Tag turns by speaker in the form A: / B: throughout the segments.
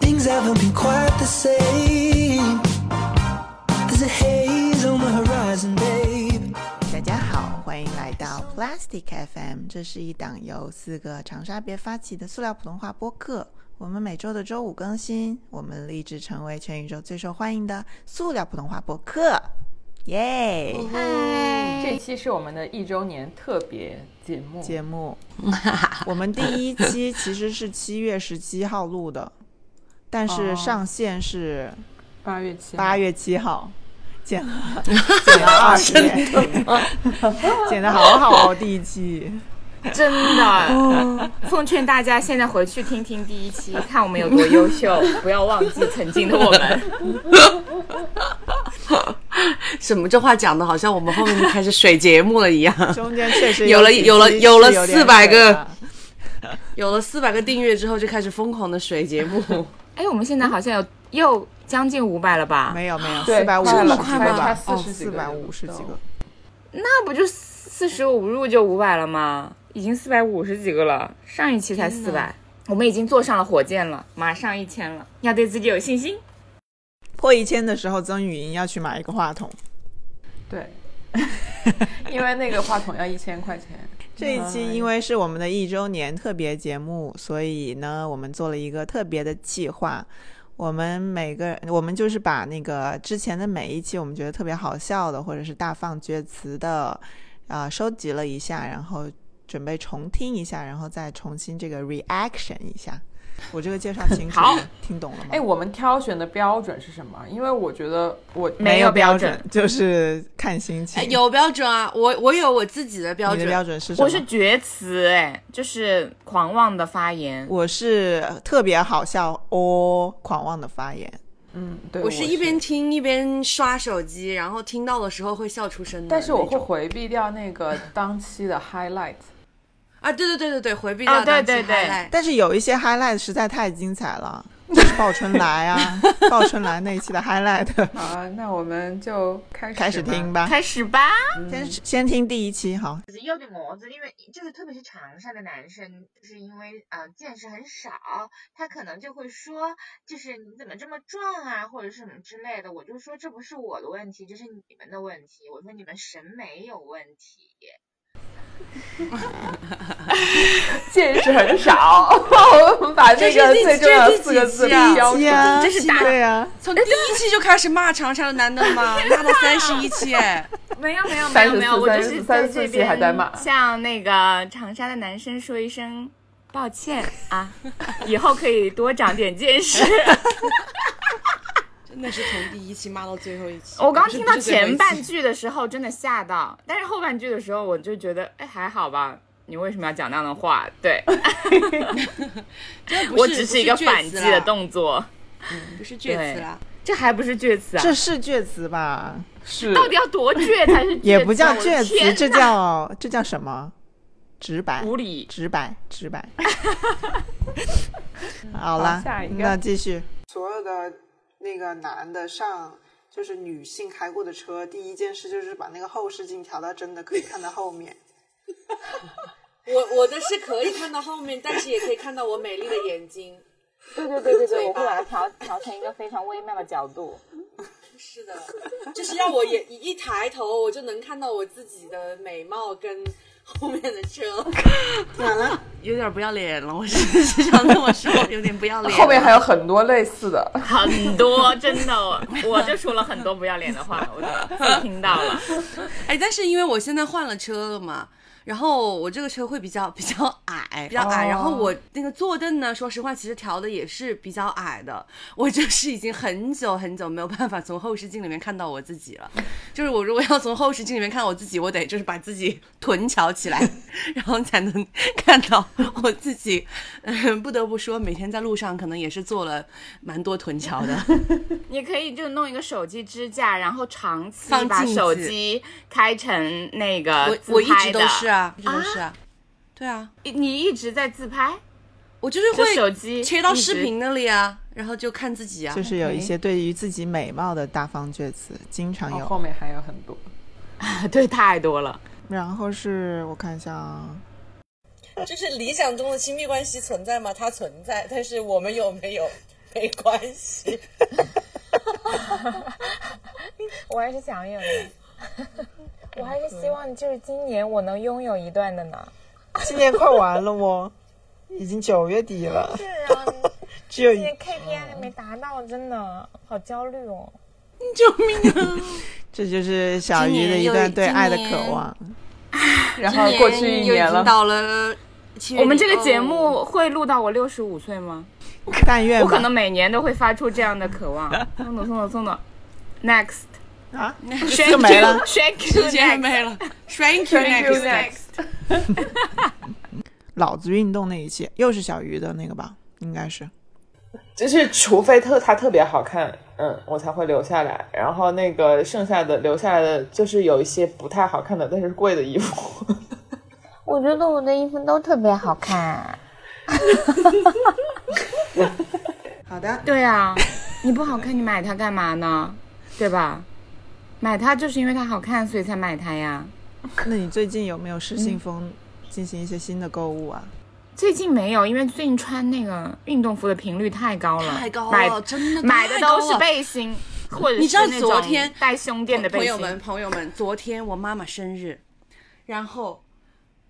A: something quite the same. There's a haze on the horizon, babe.
B: 大家好，欢迎来到 Plastic FM，这是一档由四个长沙别发起的塑料普通话播客。我们每周的周五更新，我们立志成为全宇宙最受欢迎的塑料普通话播客，耶、
C: 这期是我们的一周年特别节目，
B: 节目， 我们第一期其实是七月十七号录的，但是
C: 哦
B: 上线是
C: 八月七
B: 八月七号，剪了
C: 月的二十天，
B: 剪的好好哦，第一期。
D: 真的，奉劝大家现在回去听听第一期，看我们有多优 秀，不要忘记曾经的我们。
E: 什么这话讲的，好像我们后面就开始水节目了一样。
B: 中间确实
E: 有了
B: 几期
E: 有了
B: 是
E: 有了
B: 点
E: 400
B: 水的
E: 个 有了四百个订阅之后，就开始疯狂的水节目。
D: 哎，我们现在好像有又将近五百了吧？
B: 没有没有，
C: 对
B: 四百五十
C: 这
B: 几个
C: 么快吗
B: 吧，
C: 差40几
B: 四
C: 个
B: 百
C: 人
B: 五十
C: 都
B: 几个，
D: 那不就四舍五入就五百了吗？已经四百五十几个了，上一期才四百，我们已经坐上了火箭了，马上一千了，要对自己有信心。
B: 破一千的时候，曾雨莹要去买一个话筒。
C: 对， 因为那个话筒要一千块钱。
B: 这一期因为是我们的一周年特别节目，所以呢，我们做了一个特别的计划。我们每个，我们就是把那个之前的每一期我们觉得特别好笑的，或者是大放厥词的，啊、收集了一下，然后准备重听一下，然后再重新这个 reaction 一下。我这个介绍清楚吗
D: 好
B: 听懂了吗？
C: 哎，我们挑选的标准是什么？因为我觉得我
D: 没有标准，
B: 就是看心情。
E: 哎有标准啊，我我有我自己的标
B: 你的
E: 准。
B: 标准是什么？
D: 我是厥词，哎，就是狂妄的发言。
B: 我是特别好笑哦，狂妄的发言。
C: 嗯，对，
E: 我
C: 我
E: 是一边，听一边刷手机，然后听到的时候会笑出声的那种。
C: 但是我会回避掉那个当期的 highlight。
E: 啊，对对对对对，回避
D: 啊对
E: 掉当期
D: 对对
E: highlight。
B: 但是有一些 highlight 实在太精彩了，就是鲍春来啊，鲍春来那一期的 highlight
C: 好啊，那我们就开始
B: 开始
C: 吧
B: 听吧，
D: 开始吧，
B: 先先听第一期好。
F: 要对模子，因为就是特别是长沙的男生，就是因为呃见识很少，他可能就会说，就是你怎么这么壮啊，或者是什么之类的。我就说这不是我的问题，这是你们的问题。我说你们审美有问题。
C: 见识很少，我们把这个
E: 这是第
C: 最重要的
E: 这是第
C: 四个
E: 几
C: 字
E: 期啊
C: 标准。
B: 呀，
E: 这是打
B: 对啊呀、
E: 从哎第一期就开始骂长沙的男的 吗？骂到三十一期， 哎，
D: 没有没有没
C: 34
D: 有没有，我就
C: 34
D: 是在这
C: 34
D: 边
C: 还在骂
D: 向那个长沙的男生说一声抱歉啊， 以后可以多长点见识。
E: 真的是从第一期骂到最后一期。
D: 我刚
E: 不是
D: 听到
E: 不是最后一
D: 前半
E: 期
D: 句的时候真的吓到，但是后半句的时候我就觉得哎还好吧，你为什么要讲那样的话？对
E: 真的不
D: 我
E: 是
D: 只
E: 啊不
D: 一个反
E: 厥词
D: 击的
E: 啦，
D: 动作，
E: 不是厥词啦。
D: 这还不是厥词啊？
B: 这是厥词吧？
C: 是
D: 到底要多倔才是
B: 也不叫
D: 倔
B: 厥
D: 啊我的
B: 词，
D: 天
B: 这叫这叫什么？直白，
D: 无理。
B: 直白，直白。好啦，
C: 好下一个
B: 那继续。所有的那个男的上就是女性开过的车，第一件事就是把那个后视镜调到真的可以看到后面。
E: 我我的是可以看到后面，但是也可以看到我美丽的眼睛。
D: 对对对对
E: 对我会把
D: 它调调成一个非常微妙的角度。
E: 是的， 就是让我也一抬头，我就能看到我自己的美貌跟后面的车。 有点不要脸了，我是是想这么说，有点不要脸。
C: 后面还有很多类似的。
D: 很多，真的，我我就说了很多不要脸的话，我就自己听到 了。
E: 哎，但是因为我现在换了车了嘛。然后我这个车会比较比较矮，比较矮。
C: 哦
E: 然后我那个坐凳呢，说实话，其实调的也是比较矮的。我就是已经很久很久没有办法从后视镜里面看到我自己了。就是我如果要从后视镜里面看我自己，我得就是把自己臀翘起来， 然后才能看到我自己。嗯，不得不说，每天在路上可能也是做了蛮多臀翘的。
D: 你可以就弄一个手机支架，然后长期
E: 放
D: 把
E: 镜子
D: 手机开成那个
E: 我
D: 自
E: 我一
D: 拍
E: 直
D: 的。
E: 都是啊，一直都是啊，对啊。
D: 你你一直在自拍，
E: 我就是
D: 就
E: 会
D: 手机
E: 切到
D: 一直
E: 视频那里啊，然后就看自己啊
B: 就。是有一些对于自己美貌的大放厥词，经常有。
C: 哦后面还有很多。
D: 对，太多了。
B: 然后是我看一下啊，
E: 就是理想中的亲密关系存在吗？它存在，但是我们有没有？
G: 没关 系。
D: 我还是想有 的，我还是希望就是今年我能拥有一段的呢。
B: 今年快完了哦，已经九月底了，
D: 是啊，
B: 只有
D: 今
B: 一
D: 年 KPI 还没达到，真的好焦虑哦。
E: 啊
B: 这就是小鱼的一
E: 今年又
B: 段对爱的
E: 今年
B: 渴望。
H: 然后过去一
E: 又已
H: 年
E: 经
H: 了，
E: 到了七月底
D: 我们这个节
E: 哦
D: 目会录到我六十五岁吗？
B: 但愿
D: 我可
B: 吧
D: 能每年都会发出这样的渴 望。松总，松总，松总，next，
B: 啊，
D: 选
B: 就没了
D: Q，选 Q
E: 时间
D: next，
E: 没了，Thank you
D: Thank you
E: next，
D: next。
B: 老子运动那一期又是小鱼的那个吧，应该是。
C: 就是除非特它特别好看，嗯，我才会留下来。然后那个剩下的留下来的，就是有一些不太好看的，但是贵的衣服。
D: 我觉得我的衣服都特别好 看。
G: 好的，
D: 对啊，你不好看，你买它干嘛呢？对吧？买它就是因为它好看，所以才买它呀。
B: 那你最近有没有失心疯进行一些新的购物啊？
D: 最近没有，因为最近穿那个运动服的频率太高了，
E: 太高
D: 买
E: 了，真的
D: 买的
E: 太
D: 都
E: 高
D: 是
E: 了
D: 背心，或者
E: 你知道
D: 是那
E: 昨
D: 种
E: 天
D: 带胸垫的背
E: 朋
D: 心。
E: 友们，朋友们，昨天我妈妈生日，然后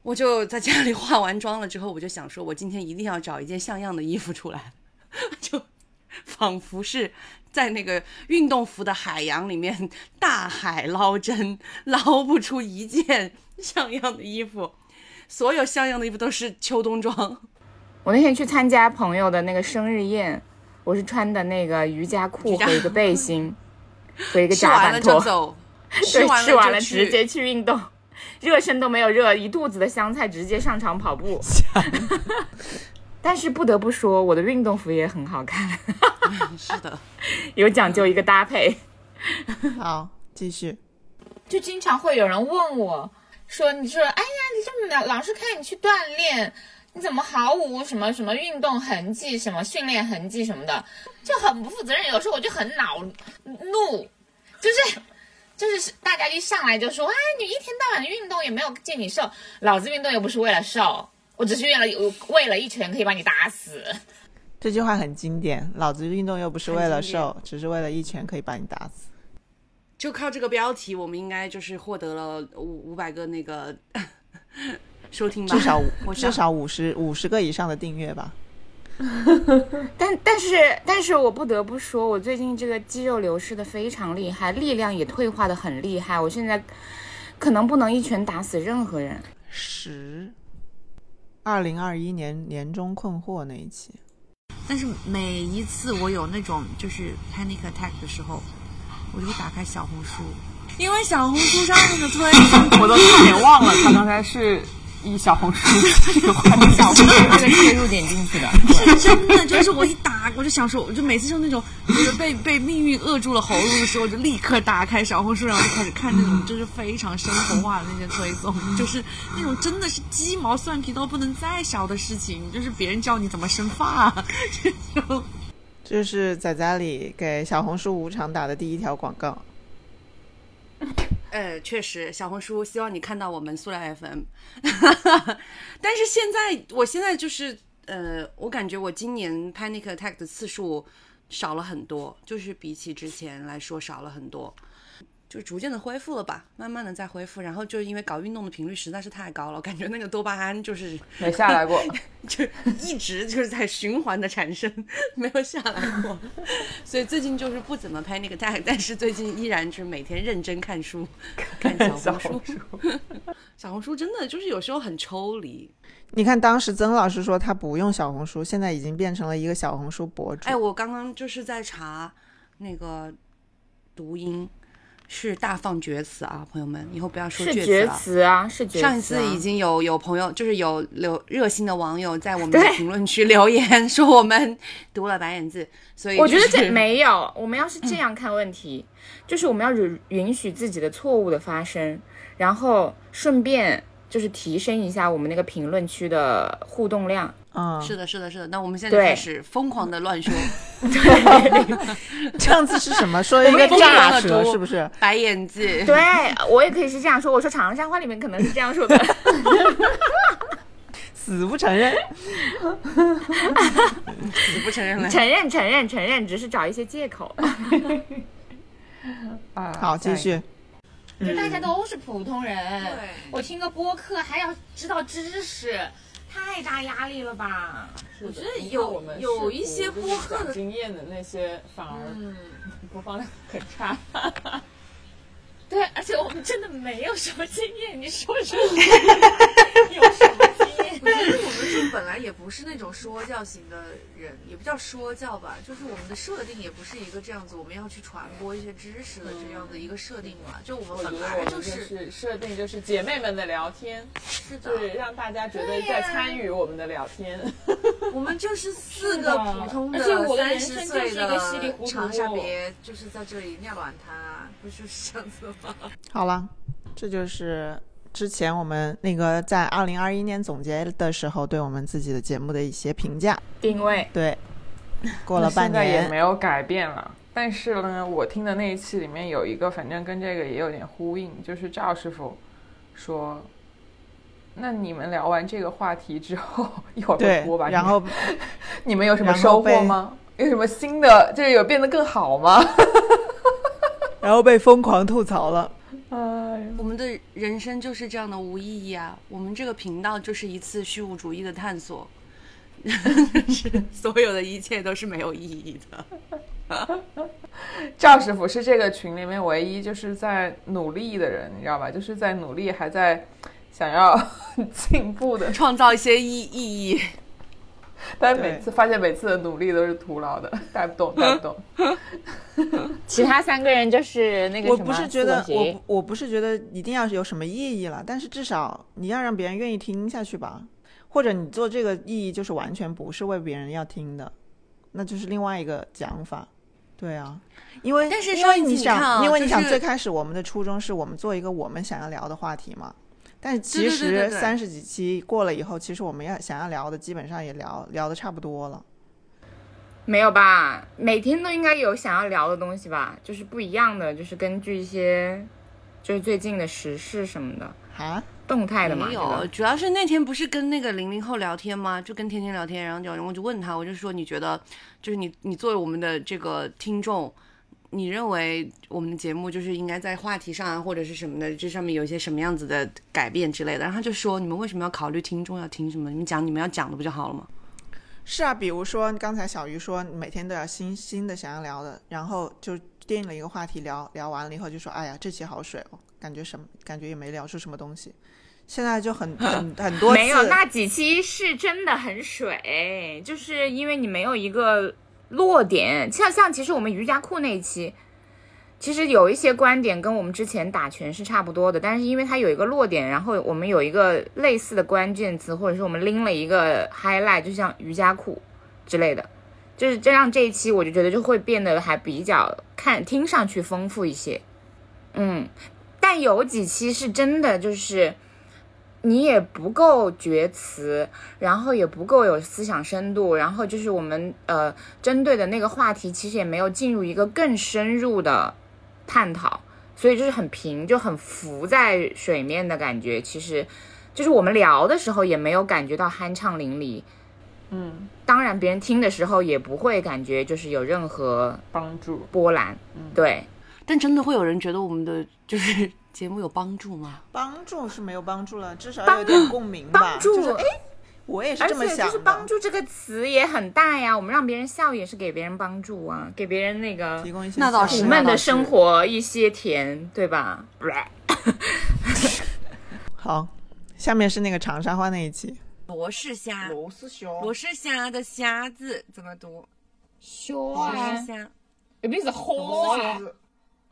E: 我就在家里化完妆了之后，我就想说，我今天一定要找一件像样的衣服出来， 就仿佛是在那个运动服的海洋里面大海捞针，捞不出一件像样的衣服。所有像样的衣服都是秋冬装，
D: 我那天去参加朋友的那个生日宴，我是穿的那个瑜伽裤
E: 瑜伽
D: 和一个背心，和 一个
E: 吃
D: 夹
E: 完了
D: 板
E: 就
D: 拖，
E: 走，
D: 对，吃完了直
E: 就去。
D: 接去运动，热身都没有热，一肚子的香菜直接上场跑 步。但是不得不说，我的运动服也很好看，
E: 是的，
D: 有讲究一个搭配。
B: 好，继续。
D: 就经常会有人问我，说你说，哎呀，你这么老老是看你去锻炼，你怎么毫无什么什么运动痕迹、什么训练痕迹什么的，就很不负责任。有时候我就很恼怒，就是就是大家一上来就说，哎，你一天到晚运动也没有见你瘦，老子运动又不是为了瘦，我只是为了为了一拳可以把你打死。
B: 这句话很经典，老子运动又不是为了瘦，只是为了一拳可以把你打死。
E: 就靠这个标题，我们应该就是获得了五五百个那个收听吧，
B: 至少
E: 我
B: 至
E: 想
B: 少五十五十个以上的订阅吧。
D: 但但是但是我不得不说，我最近这个肌肉流失的非常厉害，力量也退化的很厉害。我现在可能不能一拳打死任何人。
B: 十，二零二一年年终困惑那一期，
G: 但是每一次我有那种就是 panic attack 的时候，我就会打开小红书，因为小红书上面的推送
C: 我都差点忘了，他刚才是以小红书这个话题小红
G: 这个切入点进去的，
E: 是真的，就是我一打，我就想说，我就每次就那种，我就被被命运扼住了喉咙的时候，我就立刻打开小红书，然后就开始看那种就是非常生活化的那些推送，就是那种真的是鸡毛蒜皮到不能再小的事情，就是别人教你怎么生发，啊这种
B: 就是仔仔里给小红书无偿打的第一条广告。
E: 呃，确实，小红书希望你看到我们塑料 FM，但是现在，我现在就是，呃，我感觉我今年 panic attack 的次数少了很多，就是比起之前来说少了很多，就逐渐的恢复了吧，慢慢的在恢复。然后就是因为搞运动的频率实在是太高了，我感觉那个多巴胺就是
H: 没下来过。
E: 就一直就是在循环的产生， 没有下来过。所以最近就是不怎么 panic attack，但是最近依然就是每天认真看书，看小红书。 小红书真的就是有时候很抽离。
B: 你看，当时曾老师说他不用小红书，现在已经变成了一个小红书博主。
E: 哎，我刚刚就是在查那个读音，是大放厥词啊，朋友们，以后不要说
D: 是
E: 词
D: 厥
E: 了。
D: 词啊，是厥词、啊。
E: 上一次已经有有朋友，就是有留热心的网友在我们的
D: 对
E: 评论区留言说我们读了白眼字，所以
D: 我觉得
E: 就是
D: 这没有，我们要是这样看问题，
B: 嗯
D: 就是我们要允允许自己的错误的发生，然后顺便就是提升一下我们那个评论区的互 动量。
B: 嗯，
E: 是的，是的，是的。那我们现在就
D: 对
E: 开始疯狂的乱 说
B: 上次是什么？说一个
E: 疯狂
B: 炸
E: 地
B: 舌，
E: 读
B: 是不是？
E: 白眼 字，
D: 对我也可以是这样说，我说《长沙话》里面可能是这样说的。
B: 死不承认。
E: 死不承认 了。
D: 承认承认承认，只是找一些借口。
I: 啊，
B: 好，继续。
J: 就大家都是普通人。我听个播客还要知道知识，太大压力了吧？
C: 我觉
D: 得有有一些播客的
C: 经验的那些反而播放量很 差。
J: 对，而且我们真的没有什么经验，你说说，有什么经验？
E: 我觉得我们就本来也不是那种说教型的人，也不叫说教吧，就是我们的设定也不是一个这样子，我们要去传播一些知识的这样的一个设定嘛。就我
C: 我
E: 们
C: 觉
E: 本
C: 得我
E: 来
C: 们就
E: 就是
C: 是设定就是姐妹们的聊天，
E: 是的
C: 就，是让大家觉得在参与我们的聊天。
E: 我们就是四个普通的
J: 而且我的
E: 三
J: 人
E: 十
J: 生就
E: 岁
J: 是一
E: 的
J: 个稀里糊涂
E: 长沙别，就是在这里尿卵他、啊不就是这样子吗？
B: 好了，这就是之前我们那个在二零二一年总结的时候对我们自己的节目的一些评价。
I: 定位
B: 对，过了半
C: 现在也没
B: 年，
C: 有改变了。但是呢，我听的那一期里面有一个，反正跟这个也有点呼应，就是赵师傅说：“那你们聊完这个话题之后， 一会儿会
B: 对
C: 播吧。”，
B: 然后
C: 你们有什么
B: 然后
C: 收
B: 被
C: 获吗？有什么新的？就是有变得更好吗？
B: 然后被疯狂吐槽 了。
C: 哎，
E: 我们的人生就是这样的无意义啊！我们这个频道就是一次虚无主义的探索， 就是所有的一切都是没有意义的。
C: 赵师傅是这个群里面唯一就是在努力的人，你知道吧？就是在努力，还在想要 进步的。
E: 创造一些意意义。
C: 但
B: 对
C: 每次发现每次的努力都是徒劳的， 带不动，带不动。
D: 其他三个人就是那个
B: 我
D: 什
B: 不
D: 么
B: 是觉
D: 四
B: 得
D: 狗，
B: 我
D: 协
B: 不我不是觉得一定要是有什么意义了，但是至少你要让别人愿意听下去吧，或者你做这个意义就是完全不是为别人要听的，那就是另外一个讲法。对啊，因为
E: 但是
B: 因
E: 上
B: 为
E: 一集
B: 你
E: 你
B: 想，
E: 看啊
B: 因为你
E: 就
B: 想、
E: 是
B: 最开始我们的初衷是我们做一个我们想要聊的话题嘛。但是其
E: 对对对
B: 实
E: 对对
B: 三十几期过了以后，其实我们要想要聊的基本上也聊聊的差不多了。
D: 没有吧？每天都应该有想要聊的东西吧，就是不一样的，就是根据一些就是最近的时事什么的，
B: 啊，
D: 动态的嘛。
E: 没
D: 这个
E: 有，主要是那天不是跟那个零零后聊天吗？就跟天天聊天，然后然后我就问他，我就说你觉得，就是你你作为我们的这个听众，你认为我们的节目就是应该在话题上啊，或者是什么的，这上面有一些什么样子的改变之类的？然后他就说，你们为什么要考虑听众要听什么？你们讲你们要讲的不就好了吗？
B: 是啊，比如说刚才小鱼说每天都有新新的想要聊的，然后就定了一个话题聊，聊完了以后就说，哎呀，这期好水哦，感觉什么感觉也没聊出什么东西。 现在就很很很多次
D: 没有，那几期是真的很水，就是因为你没有一个落点。像像其实我们瑜伽裤那一期，其实有一些观点跟我们之前打拳是差不多的，但是因为它有一个落点，然后我们有一个类似的关键词，或者是我们拎了一个 highlight，就像瑜伽裤之类的，就是这让这一期我就觉得就会变得还比较看听上去丰富一些，嗯。但有几期是真的，就是你也不够厥词，然后也不够有思想深度，然后就是我们呃针对的那个话题，其实也没有进入一个更深入的探讨，所以就是很平，就很浮在水面的感觉。其实，就是我们聊的时候也没有感觉到酣畅淋漓，
C: 嗯，
D: 当然别人听的时候也不会感觉就是有任何
C: 帮助。
D: 波澜。对，
E: 但真的会有人觉得我们的就是节目有帮助吗？
B: 帮助是没有帮助了，至少要有点共鸣吧。
D: 帮助
B: 就是哎，我也是
D: 而
B: 这么
D: 且
B: 想的。
D: 就是帮助这个词也很大呀，我们让别人笑也是给别人帮助啊，给别人那个
B: 提供一些
E: 那倒
B: 想
E: 是
D: 苦
B: 法
D: 闷的生活一些甜，对吧？
B: 好。下面是那个长沙话那一期，
E: 罗氏虾，
C: 罗斯兄，
E: 罗氏虾的虾字怎么读？
D: 修
C: 啊
E: 罗氏虾，
J: 一定是吼啊！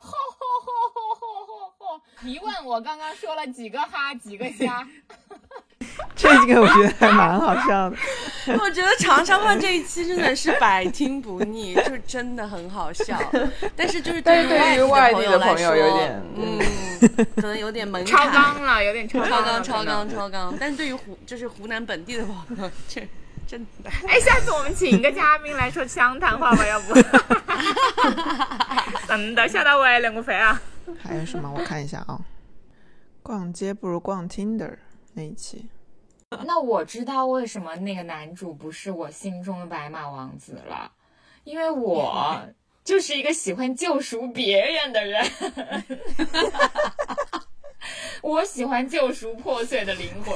J: 吼吼吼吼吼吼吼！你问我刚刚说了几个哈，几个虾？
B: 这个我觉得还蛮好笑的。
E: 我觉得长沙话这一期真的是百听不 腻，就真的很好笑。但是就是
C: 但是对于外地
E: 地
C: 的
E: 来
C: 朋友
E: 说，
C: 有点
E: 嗯， 可能有点门槛。
D: 超纲了，有点超纲
E: 超
D: 了，
E: 纲，超
D: 可能
E: 纲，。超纲。但对于湖，就是湖南本地的朋友，这真的
D: 哎，下次我们请一个嘉宾来说湘潭话吧，要不？ 真的，吓到我也冷过肥啊！
B: 还有什么？我看一下啊、逛街不如逛 Tinder 那一期，
J: 那我知道为什么那个男主不是我心中的白马王子了，因为我就是一个喜欢救赎别人的人，我喜欢救赎破碎的灵魂。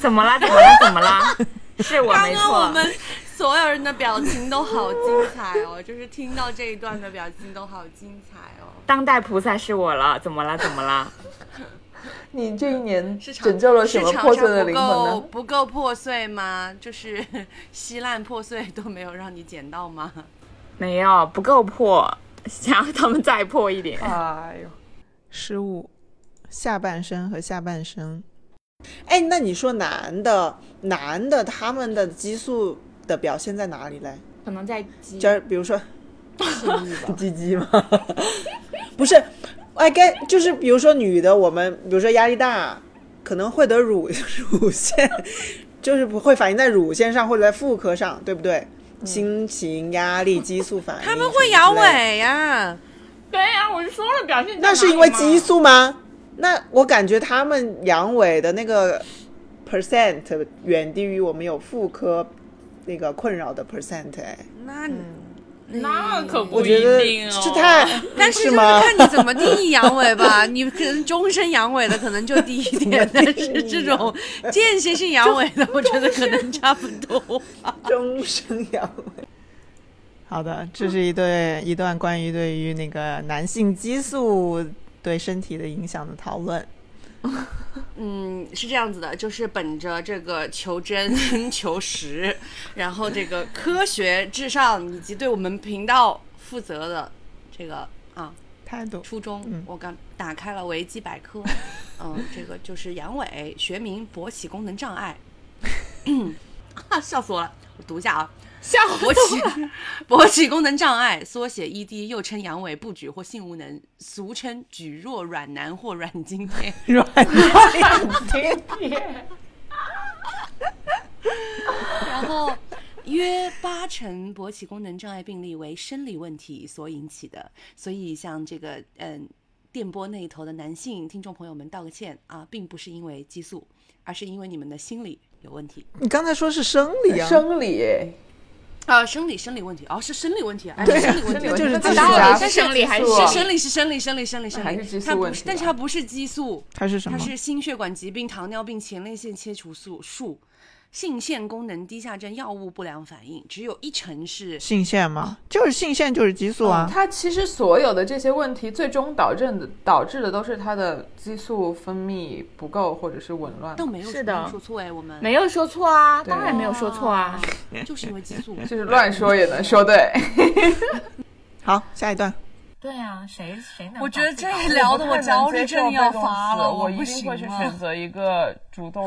D: 怎么啦？怎么啦？怎么啦？是我没
E: 刚刚我
D: 错，
E: 们所有人的表情都好精彩哦，就是听到这一段的表情都好精彩哦。
D: 当代菩萨是我了。怎么啦？怎么啦？
C: 你这一年
E: 市场
C: 拯救了什么
E: 市场
C: 破碎
E: 上
C: 的灵魂
E: 不够
C: 呢？
E: 不够破碎吗？就是 稀烂破碎都没有让你捡到吗？
D: 没有，不够破，想要他们再破一点。
C: 哎呦，
B: 失误，下半身和下半身。哎，那你说男的，男的他们的激素的表现在哪里嘞？
D: 可能在鸡
B: 就是比如说 鸡鸡吗？ 不是，哎，该就是比如说女的，我们比如说压力大，可能会得乳 乳腺，就是不会反映在乳腺上或者在妇科上，对不对？心情、压力、激素反应，
E: 他们会阳。痿呀，
D: 对呀、我就说了，表现在
B: 那是
D: 哪
B: 因为
D: 里嘛
B: 激素吗？那我感觉他们阳痿的那个 percent 远低于我们有妇科那个困扰的 percent 哎，
E: 那你
D: 那可
B: 我
D: 不
B: 觉
D: 一
B: 得
D: 定哦。
B: 这太，
E: 但是就是
B: 吗？
E: 看你怎么定义阳痿吧，你可能终身阳痿的可能就低一 点，但是这种间歇性阳痿的，我觉得可能差不多。
B: 终生阳痿。好的，这是一对一段关于对于那个男性激素对身体的影响的讨论。
E: 嗯，是这样子的，就是本着这个求真、 求实，然后这个科学至上，以及对我们频道负责的这个啊
B: 态度
E: 初衷，
B: 嗯
E: 我刚打开了维基百 科，嗯、这个就是阳痿，学名勃起功能障 碍。 啊，笑死我了！我读一下 啊，
J: 笑
E: 勃起 勃起功能障碍，缩写 ED，又称阳痿、不举或性无能，俗称举弱软男或软精天。
B: 软
E: 然后，约八成勃起功能障碍病例为生理问题所引起的，所以像这个嗯电波那一头的男性听众朋友们道个歉啊，并不是因为激素，而是因为你们的心理有问题
B: 你刚才说是生理啊？
C: 生理哎，
E: 啊，生理生理问题哦，是生理问题啊，哎
B: 对
E: 是
B: 啊
E: 生理问题
B: 这，就是
C: 那
B: 激
C: 到
B: 素
C: 底
B: 啊
C: 是
F: 生理还是
E: 是生理是生理生理生理生
C: 还
E: 理
C: 是激，素
E: 它不
C: 问
E: 是
C: 题，
E: 但是它不是激素，
B: 它是什
E: 它
B: 么？
E: 是心血管疾病、糖尿病、前列腺切除术术、性腺功能低下症、药物不良反应，只有一成是
B: 性腺吗？就是性腺就是激素啊。
C: 它其实所有的这些问题，最终导致的导致的都是它的激素分泌不够或者是紊乱，
E: 倒没有
F: 是
E: 说
F: 的
E: 说错哎，我们
F: 没有说错啊，
C: 对
F: 当然没有说错啊。
E: 就是因为激素。
C: 就是乱说也能说对。
B: 好，下一段。
J: 对啊，谁谁能把自己 搞？
E: 我觉得这一聊的我焦虑症要发 了，
K: 我
E: 不
K: 一定
E: 行
K: 会去选
E: 了。
K: 择一个主动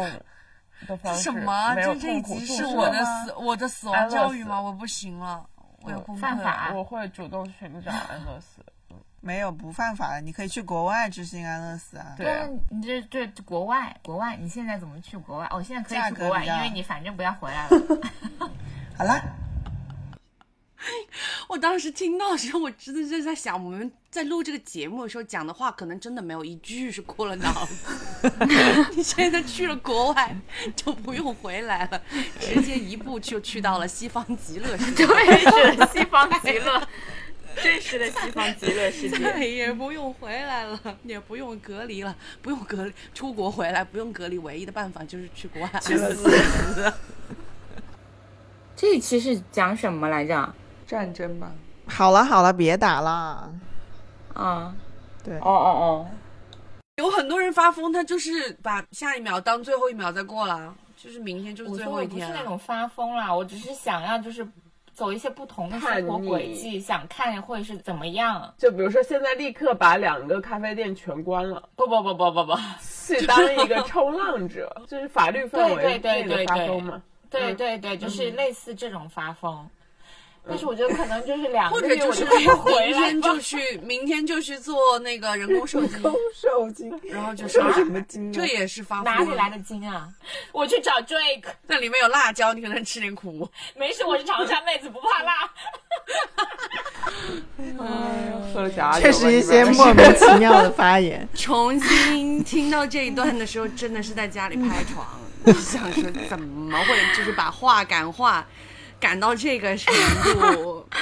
K: 的方
E: 这
K: 式。
E: 什么？
K: 没有
E: 这这
K: 痛
E: 一
K: 苦
E: 集
K: 诉
E: 是
K: 说
E: 我的
K: 吗
E: 死，我的死
K: 安
E: 亡
K: 乐
E: 教育吗？
K: 死嗯
E: 我不行了，我要崩
J: 犯
E: 溃
J: 法
E: 了。
K: 我会主动寻找安乐死。
B: 没有不犯法的，你可以去国外执行安乐死啊。
K: 对
F: 但
K: 啊，
F: 是你这这国外国外，你现在怎么去国外？哦，现在可
B: 价
F: 以去
B: 格
F: 国外，
B: 比较
F: 因为你反正不要 回来了。
B: 好啦，
E: 我当时听到的时候，我真的就在想，我们在录这个节目的时候讲的话，可能真的没有一句是过了脑子。 你现在去了国外，就不用回来了，直接一步就去到了西方极乐世界。
D: 真是西方极 乐，真实的西方极乐世界。
E: 对，哎也不用回来了，也不用隔离了，不用隔离，出国回来不用隔离，唯一的办法就是去国外去死。
D: 这一期是讲什么来着？
C: 战争吧，
B: 好了好了，别打啦。
D: 啊，
B: 对
D: 哦哦
E: 有很多人发疯，他就是把下一秒当最后一秒再过了，就是明天就是
F: 我
E: 最
F: 说
E: 后
F: 我
E: 一
F: 不是
E: 天
F: 那
E: 了。
F: 种发疯啦，我只是想要就是走一些不同的生活轨迹，想看会是怎么样。
K: 就比如说，现在立刻把两个咖啡店全关了，
F: 不不不不不不，
K: 去当一 个冲浪者，就是法律范围
F: 对对对
K: 内的
F: 对
K: 发
F: 对
K: 疯嘛。
F: 对对对，就是类似这种发疯。但是我觉得可能嗯就是两
E: 或
F: 个
E: 者
F: 月
E: 就
F: 我
E: 是
F: 可以回
E: 明
F: 来
E: 天
F: 吧
E: 就去，明天就去做那个人工 受精，
C: 受精，
E: 然后就
C: 受
E: 杀
C: 什么精啊？
E: 这也是发
F: 哪里嗯来
E: 的？
F: 的精啊？我去找 Drake，
E: 那里面有辣椒，你可能吃点苦。
F: 没事，我是长沙妹子，不怕辣。
C: 喝了假酒 吧，
B: 确实一些
C: 你们
B: 莫 名其妙的发言。
E: 重新听到这一段的时候，真的是在家里拍床，就想说怎么会就是把话赶话赶到这个程度？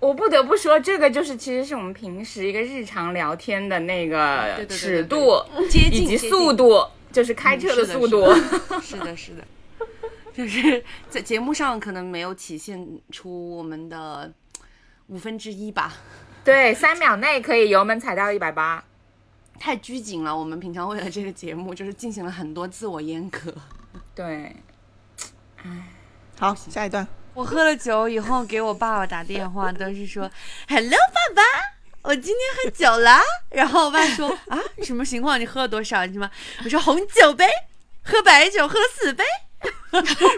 D: 我不得不说，这个就是其实是我们平时一个日常聊天的那个
E: 对对对对
D: 尺度
E: 接近
D: 以及
E: 接近
D: 速度，嗯就是开车的速度。
E: 是的，是的，就是在节目上可能没有体现出我们的五分之一吧，
D: 对，三秒内可以油门踩到一百八。
E: 太拘谨了。我们平常为了这个节目，就是进行了很多自我阉割。
D: 对，
B: 好，下一段。
E: 我喝了酒以后给我爸爸打电话，都是说 “Hello，爸爸，我今天喝酒了。”然后我爸说：“啊，你什么情况？你喝了多少？你什么？”我说：“红酒杯，喝白酒喝四杯。”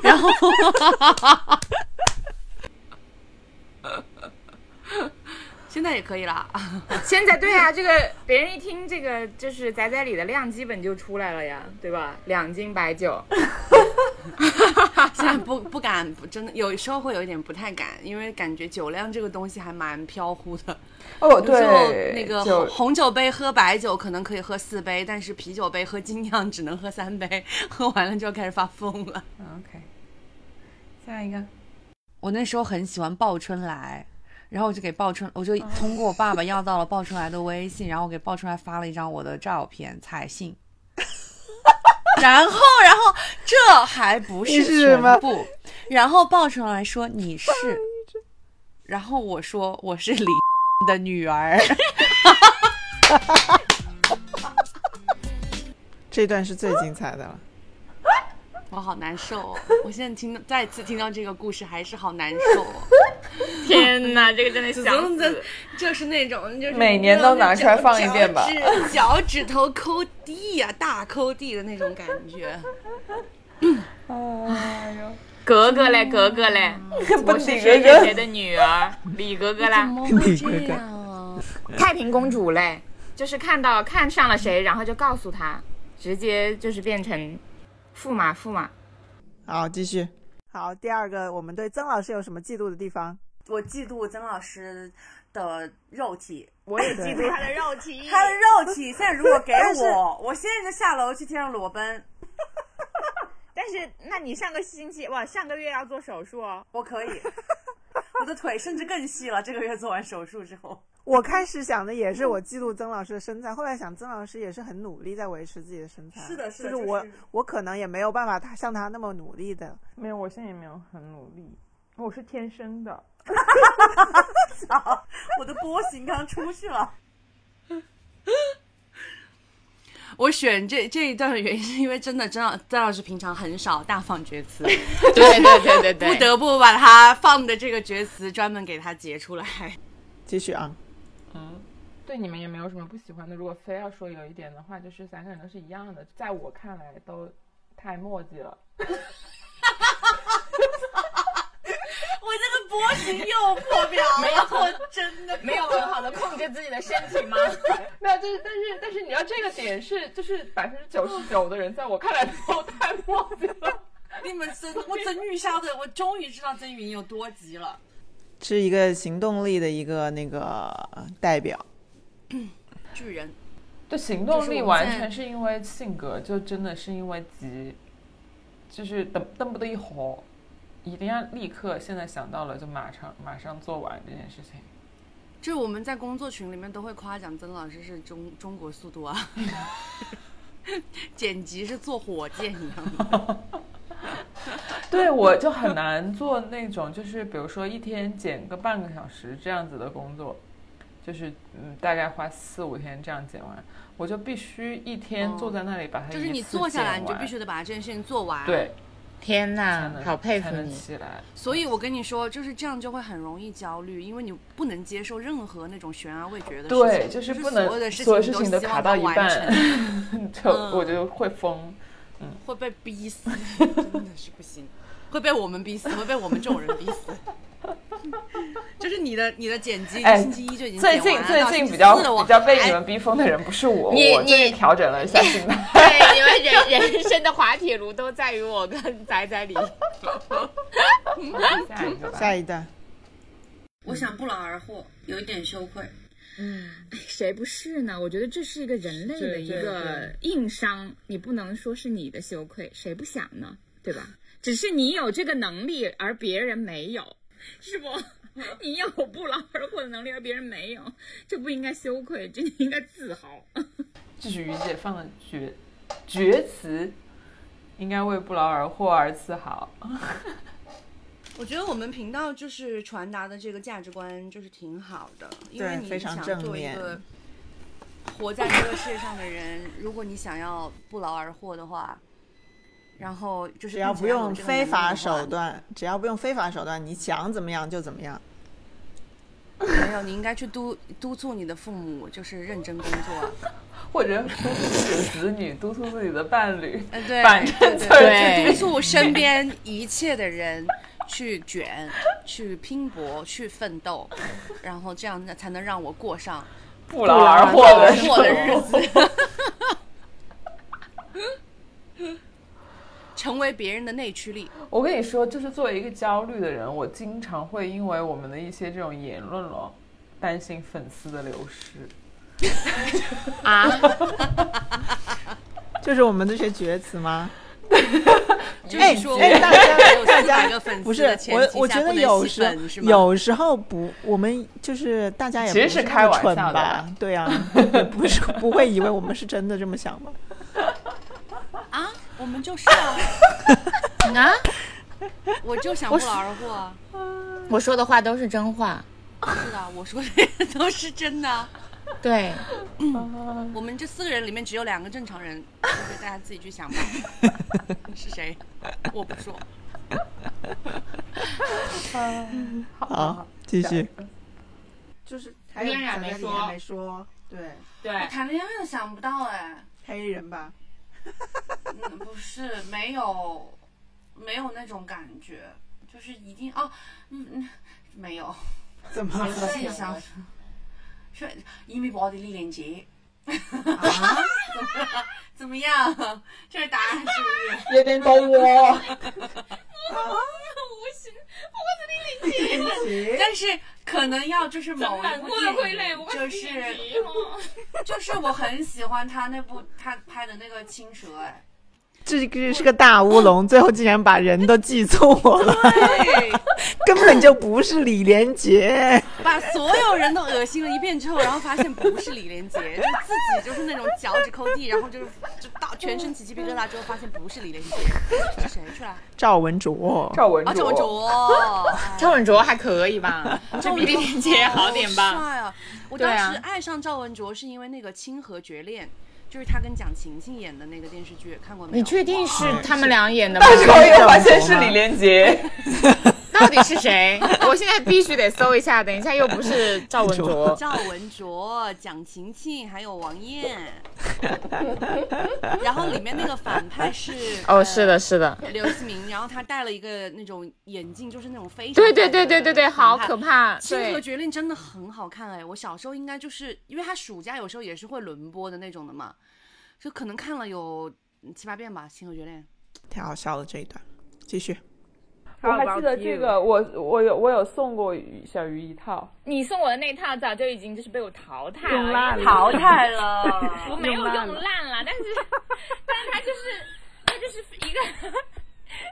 E: 然后， 现在也可以 啦。
D: 现在对啊，这个别人一听这个就是仔仔里的量基本就出来了呀，对吧？两斤白酒，
E: 现在不不敢，不真的有时候会有一点不太敢，因为感觉酒量这个东西还蛮飘忽的。
C: 哦，
E: 有时候
C: 对，
E: 那个
C: 就
E: 红红酒杯喝白酒可能可以喝四杯，但是啤酒杯喝精酿只能喝三杯， 喝完了就要开始发疯了。
C: OK。下一个，
E: 我那时候很喜欢鲍春来，然后我就给鲍春，我就通过我爸爸要到了鲍春来的微信，然后我给鲍春来发了一张我的照片彩信。 然后，然后这还不
B: 你
E: 是
B: 是什么
E: 全部。然后鲍春来说 你是，然后我说我是李 的女儿。
B: 这段是最精彩的了。
E: 我好难受哦！我现在听到再次听到这个故事，还是好难受哦。
D: 天哪，这个真的
E: 子
D: 想
E: 宗
D: 死
E: 的。，就是那种就是
C: 每年都拿出来放一遍吧
E: 脚趾脚趾头抠地呀、大抠地的那种感觉。
C: 哎呦，
D: 格格嘞，格格嘞，
C: 不
D: 我
C: 顶着
D: 是谁谁
C: 人
D: 谁的女儿，李格格
E: 怎
D: 啦，
E: 么会这
B: 你哥哥
E: 样啊？
D: 太平公主嘞，就是看到看上了谁，然后就告诉他，直接就是变成驸马驸马。
B: 好，继续。好，第二个，我们对曾老师有什么嫉妒的地方？
E: 我嫉妒曾老师的肉体，
B: 我也嫉妒
J: 他的肉体，
E: 他的肉体现在如果给我，我现在就下楼去天上裸奔，
J: 但是那你上个星期哇，上个月要做手术哦，
E: 我可以。 我的腿甚至更细了，这个月做完 手术之后。
B: 我开始想的也是我嫉妒曾老师的身材，后来想曾老师也是很努力在维持自己的身材。
E: 是的是的
B: 就是
E: 就是
B: 我我可能也没有办法他像他那么努力的。
C: 没有，我现在也没有很努力，我是天生的。
E: 我的波形刚出去了。我选这这一段的原因是因为真的，真的，曾老师平常很少大放厥 词，
D: 对对对对 对
E: 不得不把他放的这个厥词专门给他截出来。
B: 继续啊，
C: 嗯，对你们也没有什么不喜欢的。如果非要说有一点的话，就是三个人都是一样的，在我看来都太墨迹了。
E: 我这个波形又破表 了，我真的
F: 没有很好的控制自己的身体 吗？
C: 没有，就是但是但是你知道这个点是，就是百分之九十九的人在我看来都太墨迹 了。
E: 你们曾我曾玉莎的，我终于知道曾雨莹有多急了。
B: 是一个行动力的一个那个代表。
E: 巨人，
C: 对，行动
E: 就是
C: 力
E: 我们
C: 完
E: 在
C: 全是因为性格，就真的是因为急，就是等蹬不得一吼，一定要立刻现在想到了就马上马上做完这件事情。
E: 就是我们在工作群里面都会夸奖曾老师是中中国速度啊， 剪辑是坐火箭一样 的。
C: 对，我就很难做那种，就是比如说一天剪个半个小时这样子的工作，就是嗯，大概花四五天这样剪完，我就必须一天坐在那里把它、
E: 哦就是你坐下来，你就必须得把这件事情做完。，
C: 对，
D: 天
C: 才
D: 哪
C: 能，
D: 好佩服
C: 才能
D: 你！
C: 起来。
E: 所以我跟你说，就是这样就会很容易焦虑，因为你不能接受任何那种悬而未决的事情，
C: 对，
E: 就
C: 就是不
E: 所有的
C: 能
E: 事
C: 所有
E: 情
C: 事
E: 你
C: 情
E: 都
C: 都
E: 希
C: 卡
E: 望
C: 到
E: 它
C: 一
E: 完
C: 半
E: 成，，
C: 就
E: 嗯
C: 我就会疯。
E: 会被逼死，真的是不行。会被我们逼死，会被我们这种人逼死。 就是你的你的剪辑，
C: 哎
E: 星期一就已经
C: 最
E: 剪
C: 近
E: 完了
C: 最
E: 到
C: 近
E: 星期
C: 比较
E: 四我
C: 比较被你们逼疯的人不是我，
D: 你
C: 我最近调整了一下心态。
D: 对，因为人人生的滑铁卢都在于我跟仔仔里。
C: 下一个吧，
B: 下一段，
L: 我想不劳而获，有一点羞愧。
D: 嗯，哎，谁不是呢？我觉得这是一个人类的
L: 对
D: 一
L: 对
D: 个硬伤，你不能说是你的羞愧，谁不想呢？对吧？只是你有这个能力，而别人没有，是不？你有不劳而获的能力，而别人没有，这不应该羞愧，这应该自豪。
C: 这是于姐放的绝绝词，应该为不劳而获而自豪。
E: 我觉得我们频道就是传达的这个价值观就是挺好的，因为
B: 对
E: 你
B: 非常
E: 想
B: 正
E: 做一
B: 面
E: 个活在这个世界上的人，如果你想要不劳而获的话，然后就是
B: 只要
E: 并且
B: 不
E: 要有
B: 用
E: 这个
B: 非
E: 能力
B: 法
E: 的
B: 手
E: 话，
B: 段，只要不用非法手段，你想怎么样就怎么样。
E: 没有你应该去督督促你的父母，就是认真工作。
C: 或者 督促自己的子女，督促自己的伴侣，
E: 嗯，对，
C: 反正
E: 对
C: 就是
E: 对
C: 这
E: 督促身边一切的人去卷、去拼搏、去奋斗，然后这样才能让我过上
C: 不劳而获的
E: 不劳而获的日子， 成为别人的内驱力。
C: 我跟你说，就是作为一个焦虑的人，我经常会因为我们的一些这种言论咯，担心粉丝的流失。
D: 啊
B: 就是我们这些厥词吗？
E: 就是说，
B: 哎哎大家
E: 大
B: 家
E: 个粉
B: 不
E: 丝
B: 是
E: 的，前
B: 我
E: 提
B: 我
E: 下
B: 觉得
E: 不能
B: 有
E: 吸
B: 时候
E: 粉是吗
B: 有时候不，我们就是大家也
C: 其实
B: 不
C: 是
B: 那
C: 开
B: 么
C: 玩
B: 蠢
C: 笑的
B: 吧
C: 啦？
B: 对啊， 也不是不会以为我们是真的这么想吧？
E: 啊，我们就是啊，
D: 啊，
E: 我就想不劳而获啊。
D: 我说的话都是真话，
E: 是的，我说的都是真的啊。
D: 对，
E: 我们这四个人里面只有两个正常人，就是大家自己 去想吧。是谁？我不说。
B: 好，继续。
G: 就是
D: 还有小
G: 没
D: 丽
G: 说，
D: 还
G: 没
D: 没
G: 说，对，
D: 对
L: 我谈恋爱都想不到哎，
B: 黑人吧，
L: 嗯不是没有没有那种感觉，就是一定哦，嗯嗯，没有，
B: 怎么
L: 我
B: 了？
L: 自己想说，说因为我的李连杰。 怎么样？这是答案是不是？
E: 啊
C: 有点搞我，
L: 无形
B: 行，
L: 但是可能要就是某一部电影，就是就是我很喜欢他那部他拍的那个《青蛇》哎，
B: 这个是个大乌龙，最后竟然把人都记错了， 根本就不是李连杰。
E: 把所有人都恶心了一遍之后，然后发现不是李连杰，就自己就是那种脚趾抠地，然后就是就到全身起鸡皮疙瘩之后，发现不是李连杰，是谁出来？
B: 赵文卓，
C: 赵文
E: 啊，
C: 卓，
E: 赵卓，哎
D: 赵文卓还可以吧，这
E: 赵
D: 比
E: 文
D: 李
E: 卓
D: 连杰好点
E: 好
D: 吧？
E: 帅啊！我
D: 对
E: 当
D: 啊
E: 时爱上赵文卓是因为那个《清河绝恋》，就是他跟蒋勤勤演的那个电视剧，看过没有？
D: 你确定是他们俩演的吗
C: 但？是我又发现是李连杰，
D: 到底是谁？我现在必须得搜一下，等一下又不是赵文卓。
E: 赵文卓、蒋勤勤还有王 艳，然后里面那个反派是
D: 哦，是的，，是的，
E: 呃 刘思明，然后他戴了一个那种眼镜，就是那种非常
D: 对对
E: 大的
D: 对对对对，好
E: 反派
D: 可怕，
E: 《清河
D: 对，
E: 绝恋》真的很好看哎！我小时候应该就是因为它暑假有时候也是会轮播的那种的嘛，就可能看了有七八遍吧，《清河绝恋》。
B: 太好笑了这一段，继续。
K: 我还记得这个，我我有我有送过于小鱼一套，
D: 你送我的那套早就已经就是被我淘汰
K: 用烂了，
L: 淘汰了，
D: 我没有用烂了，但是，但是它就是，它就是一个，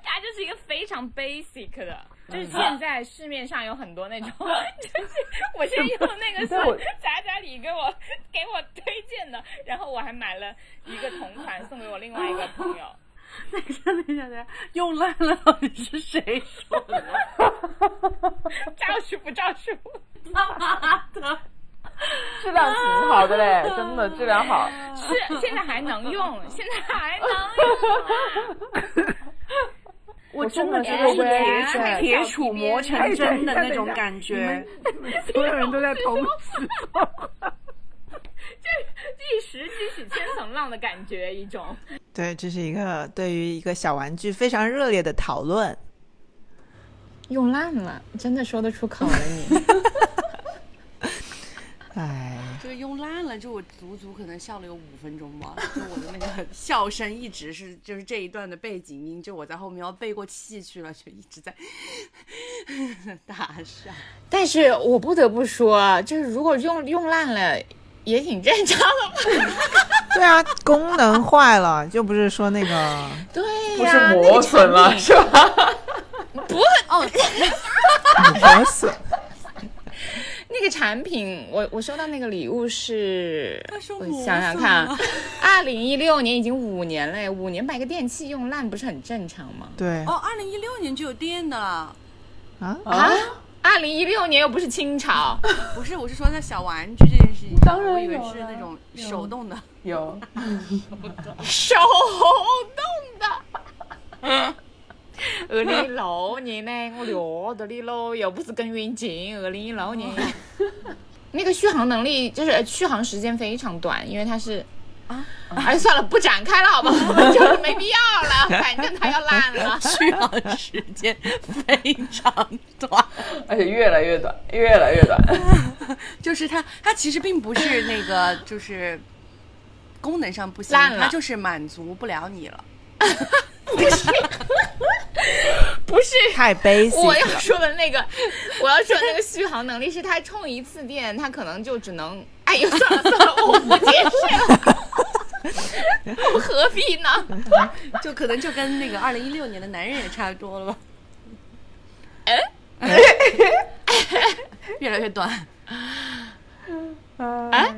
D: 它就是一个非常 basic 的，就是现在市面上有很多那种，就是我先用那个是
K: 对我
D: 仔仔里给我给我推荐的，然后我还买了一个同款送给我另外一个朋友，
E: 等一下， 等一下，用烂了到底是谁说的？
D: 赵师傅，赵师傅，
C: 质量挺好的嘞， 真的质量好。
D: 是现在还能用，现在还能用、啊，
L: 我
C: 真
L: 真
C: 的
L: 的
C: 觉
L: 觉
C: 得
L: 得
C: 是
L: 是铁
C: 铁杵
L: 铁杵磨成针的那种感觉。
K: 所有人都在同时。
D: 一时激起千层浪的感觉，一种。
B: 对，这是一个对于一个小玩具非常热烈的讨论。
D: 用烂了，真的说得出口了你。
B: 哎，
E: 就是用烂了，就我足足可能笑了有五分钟吧，就我的那个 笑声一直是就是这一段的背景音，就我在后面要背过气去了，就一直在 大笑。
D: 但是我不得不说，就是如果用用烂了，也挺正常的 嘛。
B: 对啊，功能坏了，就不是说那个
D: 对
C: 不
D: 呀、
C: 是
D: 那个
C: 磨损了
D: 产 品
C: 是吧？
D: 不哦，
B: 磨损。
D: 那个产品，我我收到那个礼物是，我
E: 磨
D: 想想
E: 损
D: 看
E: 了，
D: 二零一六年已经五年了耶，五年把一个电器用烂不是很正常吗？
B: 对
E: 哦，二零一六年就有电的了，
B: 啊
D: 啊，二零一六年又不是清朝，
E: 不是，我是说在小玩具这件事情，
D: 当然
E: 我以为
D: 有
E: 是
D: 了
E: 那种
D: 有
E: 手动的，
C: 有
D: 手动的。二零一六年呢，我聊到你喽，又不是跟云锦，二零一六年。哦那个续航能力就是呃续航时间非常短，因为它是啊，哎算了，不展开了好吧，就是没必要 了，反正它要烂了。
E: 续航时 间非常短，
C: 而且越来越短，越来 越短。
E: 就是它它其实并不是那个就是功能上不行，
D: 烂了
E: 它就是满足不了你了。
D: 不是
B: 太 basic
D: 我要
B: 了
D: 说的那个，我要说的那个续航能力是它充一次电，它可能就只能，哎呦，算了算了，我不解释了，我何必呢？
E: 就可能就跟那个二零一六年的男人也差不多了吧。哎 越来越短，
D: 哎，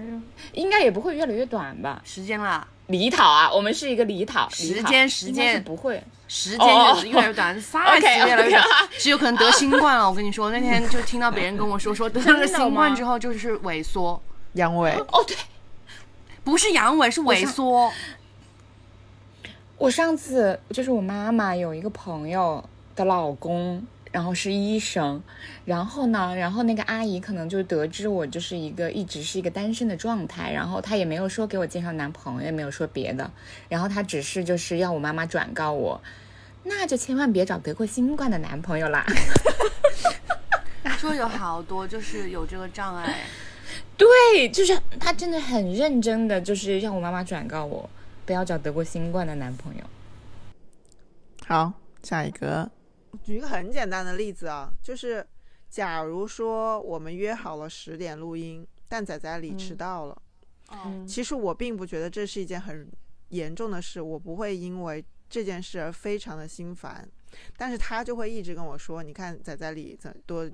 D: 应该也不会越来越短吧？
E: 时间啦，
D: 离岛啊，我们是一个离岛，
E: 时
D: 离岛
E: 间时
D: 应该是
E: 间
D: 不会，
E: 时间越越来越
D: 哦
E: 短，啥时间越来越 短
D: OK，OK，，
E: 只有可能得新冠啊了。我跟你说，那天就听到别人跟我说，说 得了
D: 真的
E: 新冠
D: 吗
E: 之后就是萎缩，
B: 阳痿，
D: 哦对，
E: 不是阳痿是萎缩。
D: 我上次就是我妈妈有一个朋友的老公，然后是医生，然后呢，然后那个阿姨可能就得知我就是一个一直是一个单身的状态，然后她也没有说给我介绍男朋友，也没有说别的，然后她只是就是要我妈妈转告我，那就千万别找得过新冠的男朋友啦。
E: 说有好多就是有这个障碍，
D: 对，就是她真的很认真的，就是让我妈妈转告我，不要找得过新冠的男朋友。
B: 好，下一个，举一个很简单的例子啊，就是假如说我们约好了十点录音，但仔仔里迟到了，其实我并不觉得这是一件很严重的事，我不会因为这件事而非常的心烦。但是他就会一直跟我说：“你看仔仔里怎多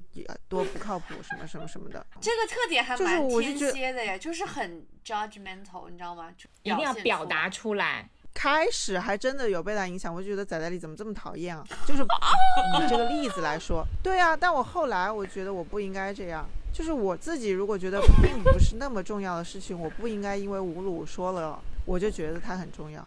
B: 多不靠谱，什么什么什么的。
E: 这个特点还
B: 就是
E: 蛮
B: 我就
E: 天
B: 觉得
E: 蝎的呀，就是很 judgmental，你知道吗？就
D: 一定要
E: 现
D: 表
E: 出
D: 达出来，”
B: 开始还真的有被他影响，我就觉得仔仔里怎么这么讨厌啊？就是以这个例子来说，对啊。但我后来我觉得我不应该这样，就是我自己如果觉得并不是那么重要的事情，我不应该因为吴鲁说了，我就觉得它很重要。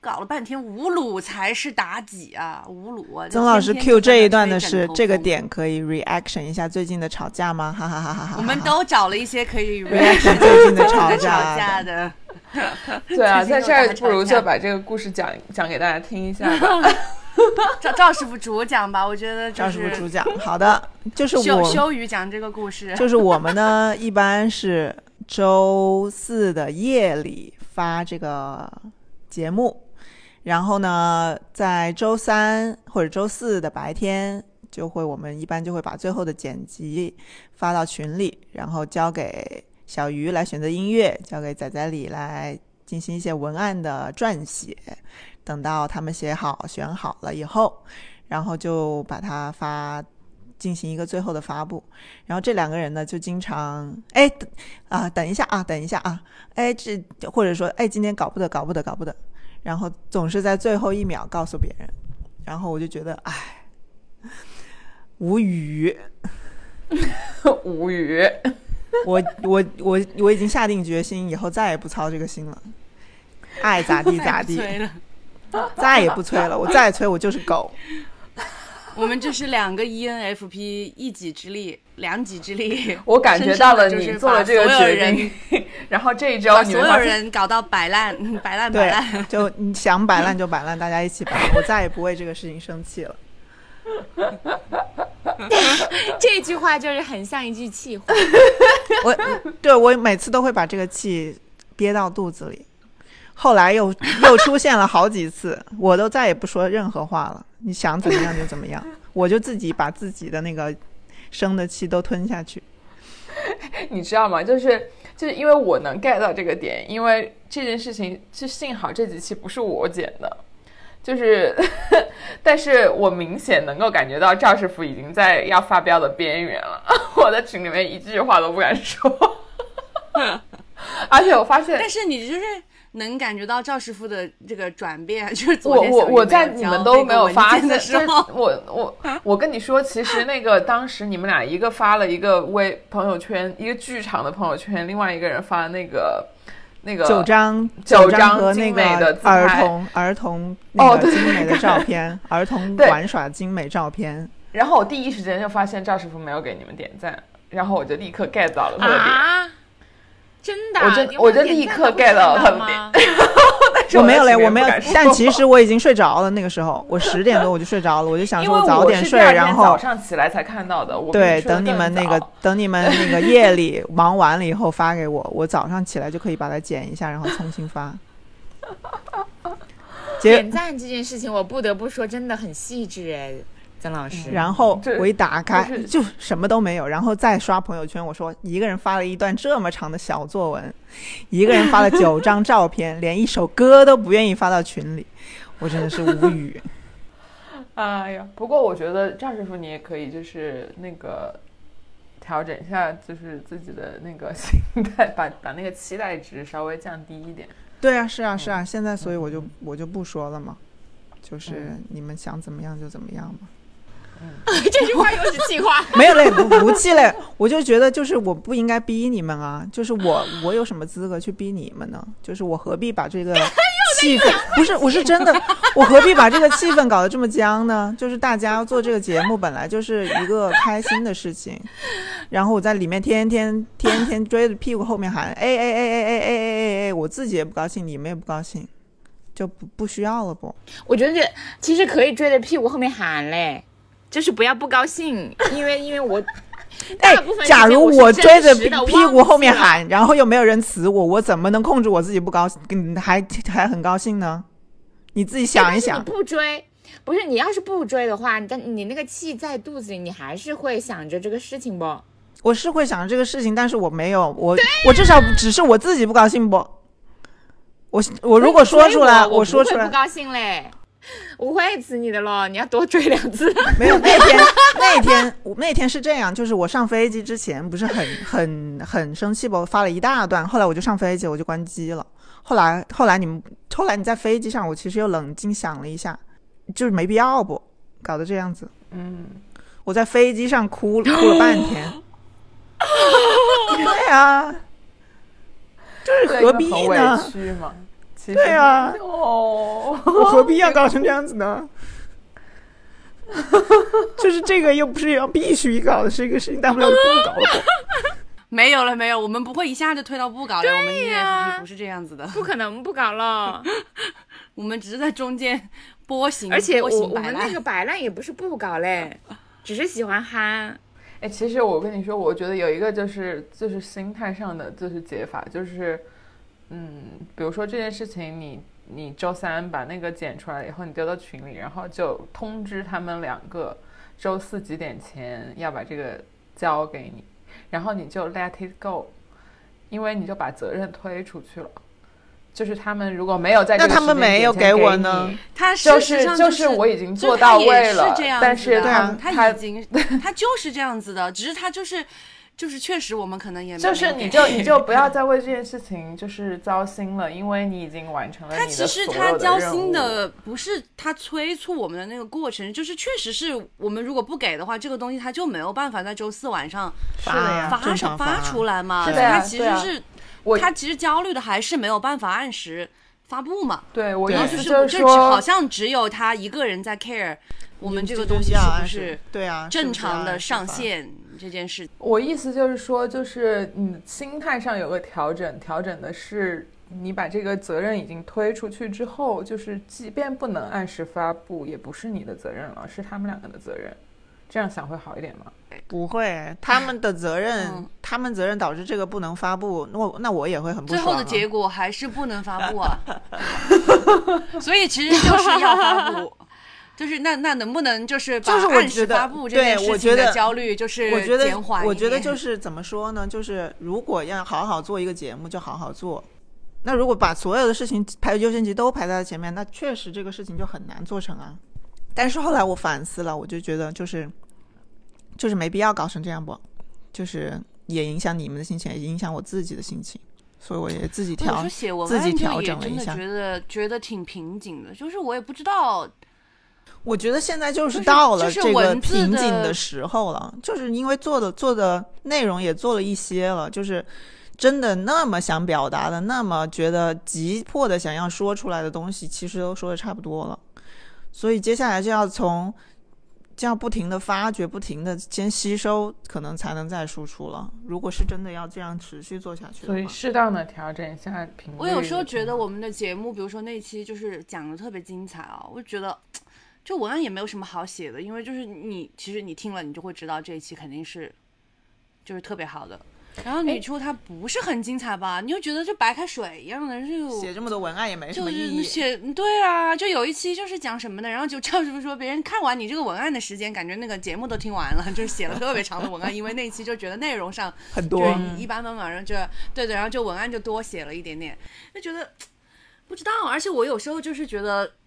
E: 搞了半天，吴鲁才是妲己啊，吴鲁啊。
B: 曾老师 Q 这一段的
E: 就天
B: 是
E: 天在那吹枕头
B: 这个
E: 风，
B: 点可以 reaction 一下最近的吵架吗？哈哈哈哈哈哈！
E: 我们都找了一些可 以
B: reaction 最近的吵
E: 吵
B: 架
E: 架的。
C: 对啊，在这儿不如就
E: 就
C: 把这个故事讲讲给大家听一下吧。
E: 赵赵师傅主讲吧，我觉得就
B: 赵
E: 是
B: 师傅主讲，好的，就是
E: 羞
B: 我，
E: 羞于讲这个故事，
B: 就是我们呢，一般是周四的夜里发这个节目，然后呢，在周三或者周四的白天。就会，我们一般就会把最后的剪辑发到群里，然后交给小鱼来选择音乐，交给仔仔里来进行一些文案的撰写。等到他们写好、选好了以后，然后就把它发进行一个最后的发布。然后这两个人呢，就经常哎等啊，等一下啊，等一下啊，哎这或者说哎今天搞不得，搞不得，搞不得，然后总是在最后一秒告诉别人，然后我就觉得哎无语。
C: 无语，
B: 我我我我已经下定决心，以后再也不操这个心了，爱咋 地咋地，
E: 催了。
B: 再也不催了，我再催我就是 狗。
E: 我们就是两个 E ENFP 一己之力，两己之力。
C: 我感觉到了
E: 深深
C: 你
E: 地
C: 做了这个
E: 就是把所有
C: 决
E: 人，
C: 定，然后这一周
E: 把
C: 你
E: 所
C: 们
E: 有
C: 发现
E: 人搞到摆烂，嗯摆烂摆
B: 对
E: 烂。，
B: 就你想摆烂就摆烂，大家一起摆烂，我再也不为这个事情生气了。
D: 这句话就是很像一句气话。
B: 我对我每次都会把这个气憋到肚子里，后来又又出现了好几次，我都再也不说任何话了。你想怎么样就怎么样，我就自己把自己的那个生的气都吞下去。
C: 你知道吗？就是就是因为我能 get 到这个点，因为这件事情是幸好这几期不是我剪的，就是 但是我明显能够感觉到赵师傅已经在要发飙的边缘了， 我在群里面一句话都不敢说， 而且我发现，
E: 但是你就是能感觉到赵师傅的这个转变， 就是昨
C: 我
E: 天
C: 我
E: 小鱼
C: 我
E: 没
C: 在
E: 有
C: 你
E: 交
C: 们
E: 那
C: 都
E: 个
C: 没有
E: 文
C: 发
E: 件
C: 现
E: 的
C: 就是
E: 时候，
C: 我我我跟你说，其实那个当时你们俩一个发了一个微朋友圈，一个剧场的朋友圈，另外一个人发那个那个
B: 九张
C: 呃九
B: 张和那
C: 精
B: 个
C: 美的自
B: 儿
C: 拍
B: 童儿童那
C: 哦
B: 个
C: 对
B: 精美的
C: 看
B: 照片，儿童
C: 对
B: 玩耍精美照片。
C: 然后我第一时间就发现赵师傅没有给你们点赞，然后我就立刻 get 到了他的点，
D: 啊，真的啊，
C: 我就
D: 你
C: 我就
D: 点
C: 立
D: 赞
C: 刻
D: 都不
C: get
D: 看
C: 到了他的
D: 吗
C: 点。是
B: 我没有
C: 在
B: 嘞，
C: 群里
B: 我
C: 面
B: 没有
C: 不敢说。
B: 但其实我已经睡着了，那个时候我十点多我就睡着了，我就想
C: 因
B: 说
C: 为
B: 早
C: 我
B: 点
C: 是
B: 睡，
C: 第二天
B: 然后
C: 早上起来才看到的。我比
B: 对，
C: 睡得
B: 等你
C: 更
B: 们那
C: 早
B: 个，等你们 那个夜里忙完了以后发给我，我早上起来就可以把它剪一下，然后重新 发。结
D: 点，赞这件事情，我不得不说真的很细致哎，曾老师。
B: 嗯然后
D: 这
B: 我一打开
D: 就是
B: 就什么都没有，然后再刷朋友圈，我说一个人发了一段这么长的小作文，一个人发了九张照片， 连一首歌都不愿意发到群里，我真的是无语。
C: 哎呀，不过我觉得赵师傅你也可以，就是那个调整一下，就是自己的那个心态，把 把那个期待值稍微降低一点。
B: 对啊，是啊，是啊，现在所以我就我就不说了嘛，就是你们想怎么样就怎么样嘛。
D: 这句话又是气话
B: ，没有嘞，不不气嘞，我就觉得就是我不应该逼你们啊，就是我我有什么资格去逼你们呢？就是我何必把 这个气氛，不是我是真的，我何必把这个气氛搞得这么僵呢？就是大家做这个节目本来就是一个开心的事情，然后我在里面天天天天追着屁股后面喊，哎哎哎哎哎哎哎哎哎，我自己也不高兴，你们也不高兴，就不不需要了不？
D: 我觉得其实可以追着屁股后面喊嘞，就是不要不高兴，因为因 为我。大部分
B: 哎
D: 时间
B: 假如
D: 我
B: 我
D: 是
B: 追着
D: 真实
B: 屁
D: 地忘
B: 屁股后面
D: 记了，
B: 喊，然后又没有人辞我，我怎么能控制我自己不高兴，嗯还还很高兴呢？你自己想一想
D: 但是，你不追，不是你要是不追的话，你但你那个气在肚子里，你还是会想着这个事情不？
B: 我是会想这个事情，但是我没有，我我至少只是我自己不高兴不？我我如果说出来，
D: 我不
B: 说
D: 会
B: 出来
D: 不，高兴嘞， 我会死你的咯！你要多追两次。
B: 没有那天那天我那天是这样，就是我上飞机之前不是很很很生气吧，我发了一大段，后来我就上飞机我就关机了。后来后来你们后来你在飞机上，我其实又冷静想了一下，就是没必要不搞得这样子。
C: 嗯，
B: 我在飞机上哭哭了半天。对啊，就是何必
C: 因为
B: 呢
C: 很委？屈嘛？其实
B: 对啊，
C: 哦，
B: 我何必要搞成这样子呢？ 就是这个又不是要必须搞的这个事情，大不了就不搞了。
E: 没有了，没有，我们不会一下就推到不搞了，我们 E ENFP 不是这样子的，
D: 不可能不搞了。
E: 我们只是在中间 波形，
D: 而且
E: 波
D: 我
E: 形
D: 我
E: 摆
D: 们
E: 烂
D: 那个摆烂也不是不搞 嘞，只是喜欢憨。
C: 哎，其实我跟你说，我觉得有一个就是就是心态上的就是解法，就是嗯，比如说这件事情你，你周三把那个剪出来以后，你丢到群里，然后就通知他们两个周四几点前要把这个交给你，然后你就 let it go，因为你就把责任推出去了。就是他们如果没有在这
B: 那
C: 个
B: 他
C: 时
B: 们
C: 间
B: 没
C: 点
B: 有
C: 前
B: 给
C: 给
B: 我
C: 你
B: 呢
E: 他
C: 就
E: 事实上
C: 就是我已经
E: 就
C: 做
E: 他
C: 到
E: 也
C: 位
E: 是
C: 了
E: 这样，
C: 但
E: 子
C: 是
E: 的
C: 他
E: 他已 经他就是这样子的，只是他就是就是确实我们可能也没
C: 就是
E: 有
C: 你
E: 给
C: 就你就不要再为这件事情就是糟心了，因为你已经完成了
E: 他
C: 你
E: 其
C: 的
E: 实
C: 所
E: 他
C: 有
E: 交
C: 任
E: 心
C: 务
E: 的不是他催促我们的那个过程，就是确实是我们如果不给的话，这个东西他就没有办法在周四晚上
B: 是的呀
E: 发
B: 正常
E: 上
B: 发
E: 发出来嘛。
C: 是的
E: 所以
C: 呀
E: 他其
C: 对
E: 实
C: 啊
E: 是
C: 我
E: 他其实焦虑的还是没有办法按时发布嘛。
C: 对我
E: 然后
C: 意思
E: 啊就是
C: 就
E: 我
C: 是
E: 只
C: 说
E: 好像只有他一个人在 care 我们这个东西是不是
B: 对啊是不
E: 正
B: 是
E: 常
B: 要按
E: 的
B: 时
E: 上
B: 发
E: 线这件事。
C: 我意思就是说，就是你心态上有个调整，调整的是你把这个责任已经推出去之后，就是即便不能按时发布，也不是你的责任了，是他们两个的责任。这样想会好一点吗？
B: 不会，他们的责任，
E: 嗯
B: 他们责任导致这个不能发布，那我那我也会很不
E: 最
B: 爽、啊。
E: 后的结果还是不能发 布啊，所以其实就是要发布， 就是那那能不能就是把
B: 就是我
E: 按
B: 觉
E: 时
B: 得
E: 发布这
B: 对
E: 件，
B: 我
E: 事
B: 觉
E: 情
B: 得
E: 的焦虑就是
B: 我觉得
E: 减缓一点
B: 我觉得就是怎么说呢？就是如果要好好做一个节目，就好好做。那如果把所有的事情排优先级都排在前面，那确实这个事情就很难做成啊。但是后来我反思了，我就觉得就是就是没必要搞成这样不，就是也影响你们的心情，也影响我自己的心情，所以我也自己
E: 我有时
B: 调
E: 候写文
B: 自
E: 案
B: 己
E: 这
B: 调
E: 个也
B: 整了
E: 真
B: 一
E: 的
B: 下。
E: 觉得觉得挺瓶颈的，就是我也不知道
B: 我觉得现在就是
E: 就是
B: 到了
E: 就是
B: 这个
E: 文字
B: 瓶颈
E: 的
B: 的时候了，就是因为做的做的内容也做了一些了，就是真的那么想表达的，那么觉得急迫的想要说出来的东西，其实都说的差不多了，所以接下来就要从这样不停的发掘，不停的先吸收，可能才能再输出了。如果是真的要这样持续做下去的
C: 所以
B: 话，
C: 适当的调整一下频率。
E: 我有时候
C: 嗯
E: 觉得我们的节目，比如说那期就是讲的特别精彩啊，我就觉得这文案也没有什么好写的，因为就是你其实你听了你就会知道这一期肯定是就是特别好的。然后你说它不是很精彩吧，你又觉得就白开水一样的，就
B: 写这么多文案也没什
E: 就
B: 么意
E: 是
B: 义。
E: 写对啊，就有一期就是讲什么的，然后就赵师傅说别人看完你这个文案的时间，感觉那个节目都听完了，就是写了特别长的文案，因为那一期就觉得内容上
B: 很多
E: 就是一般般嘛，然后就对对，然后就文案就多写了一点点，就觉得不知道，而且我有时候就是觉得。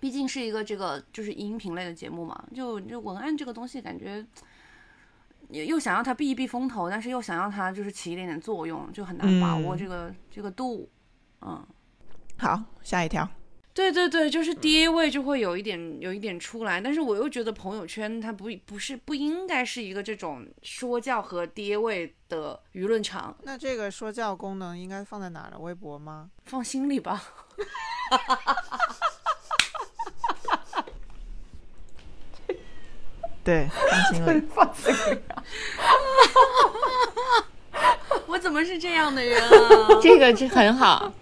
E: 毕竟是一个这个就是音频类的节目嘛，就就文案这个东西，感觉又又想让它避一避风头，但是又想让它就是起一点点作用，就很难把握
B: 嗯
E: 这个、这个度。嗯，
B: 好，下一条。
E: 对对对，就是第一位就会有一点有一点出来，但是我又觉得朋友圈它不不是不应该是一个这种说教和爹味的舆论场，
B: 那这个说教功能应该放在哪儿呢？啊微博吗？
E: 放心里吧。
B: 对，放心 了。
C: 放心里。
E: 我怎么是这样的人啊？
D: 这个是很好，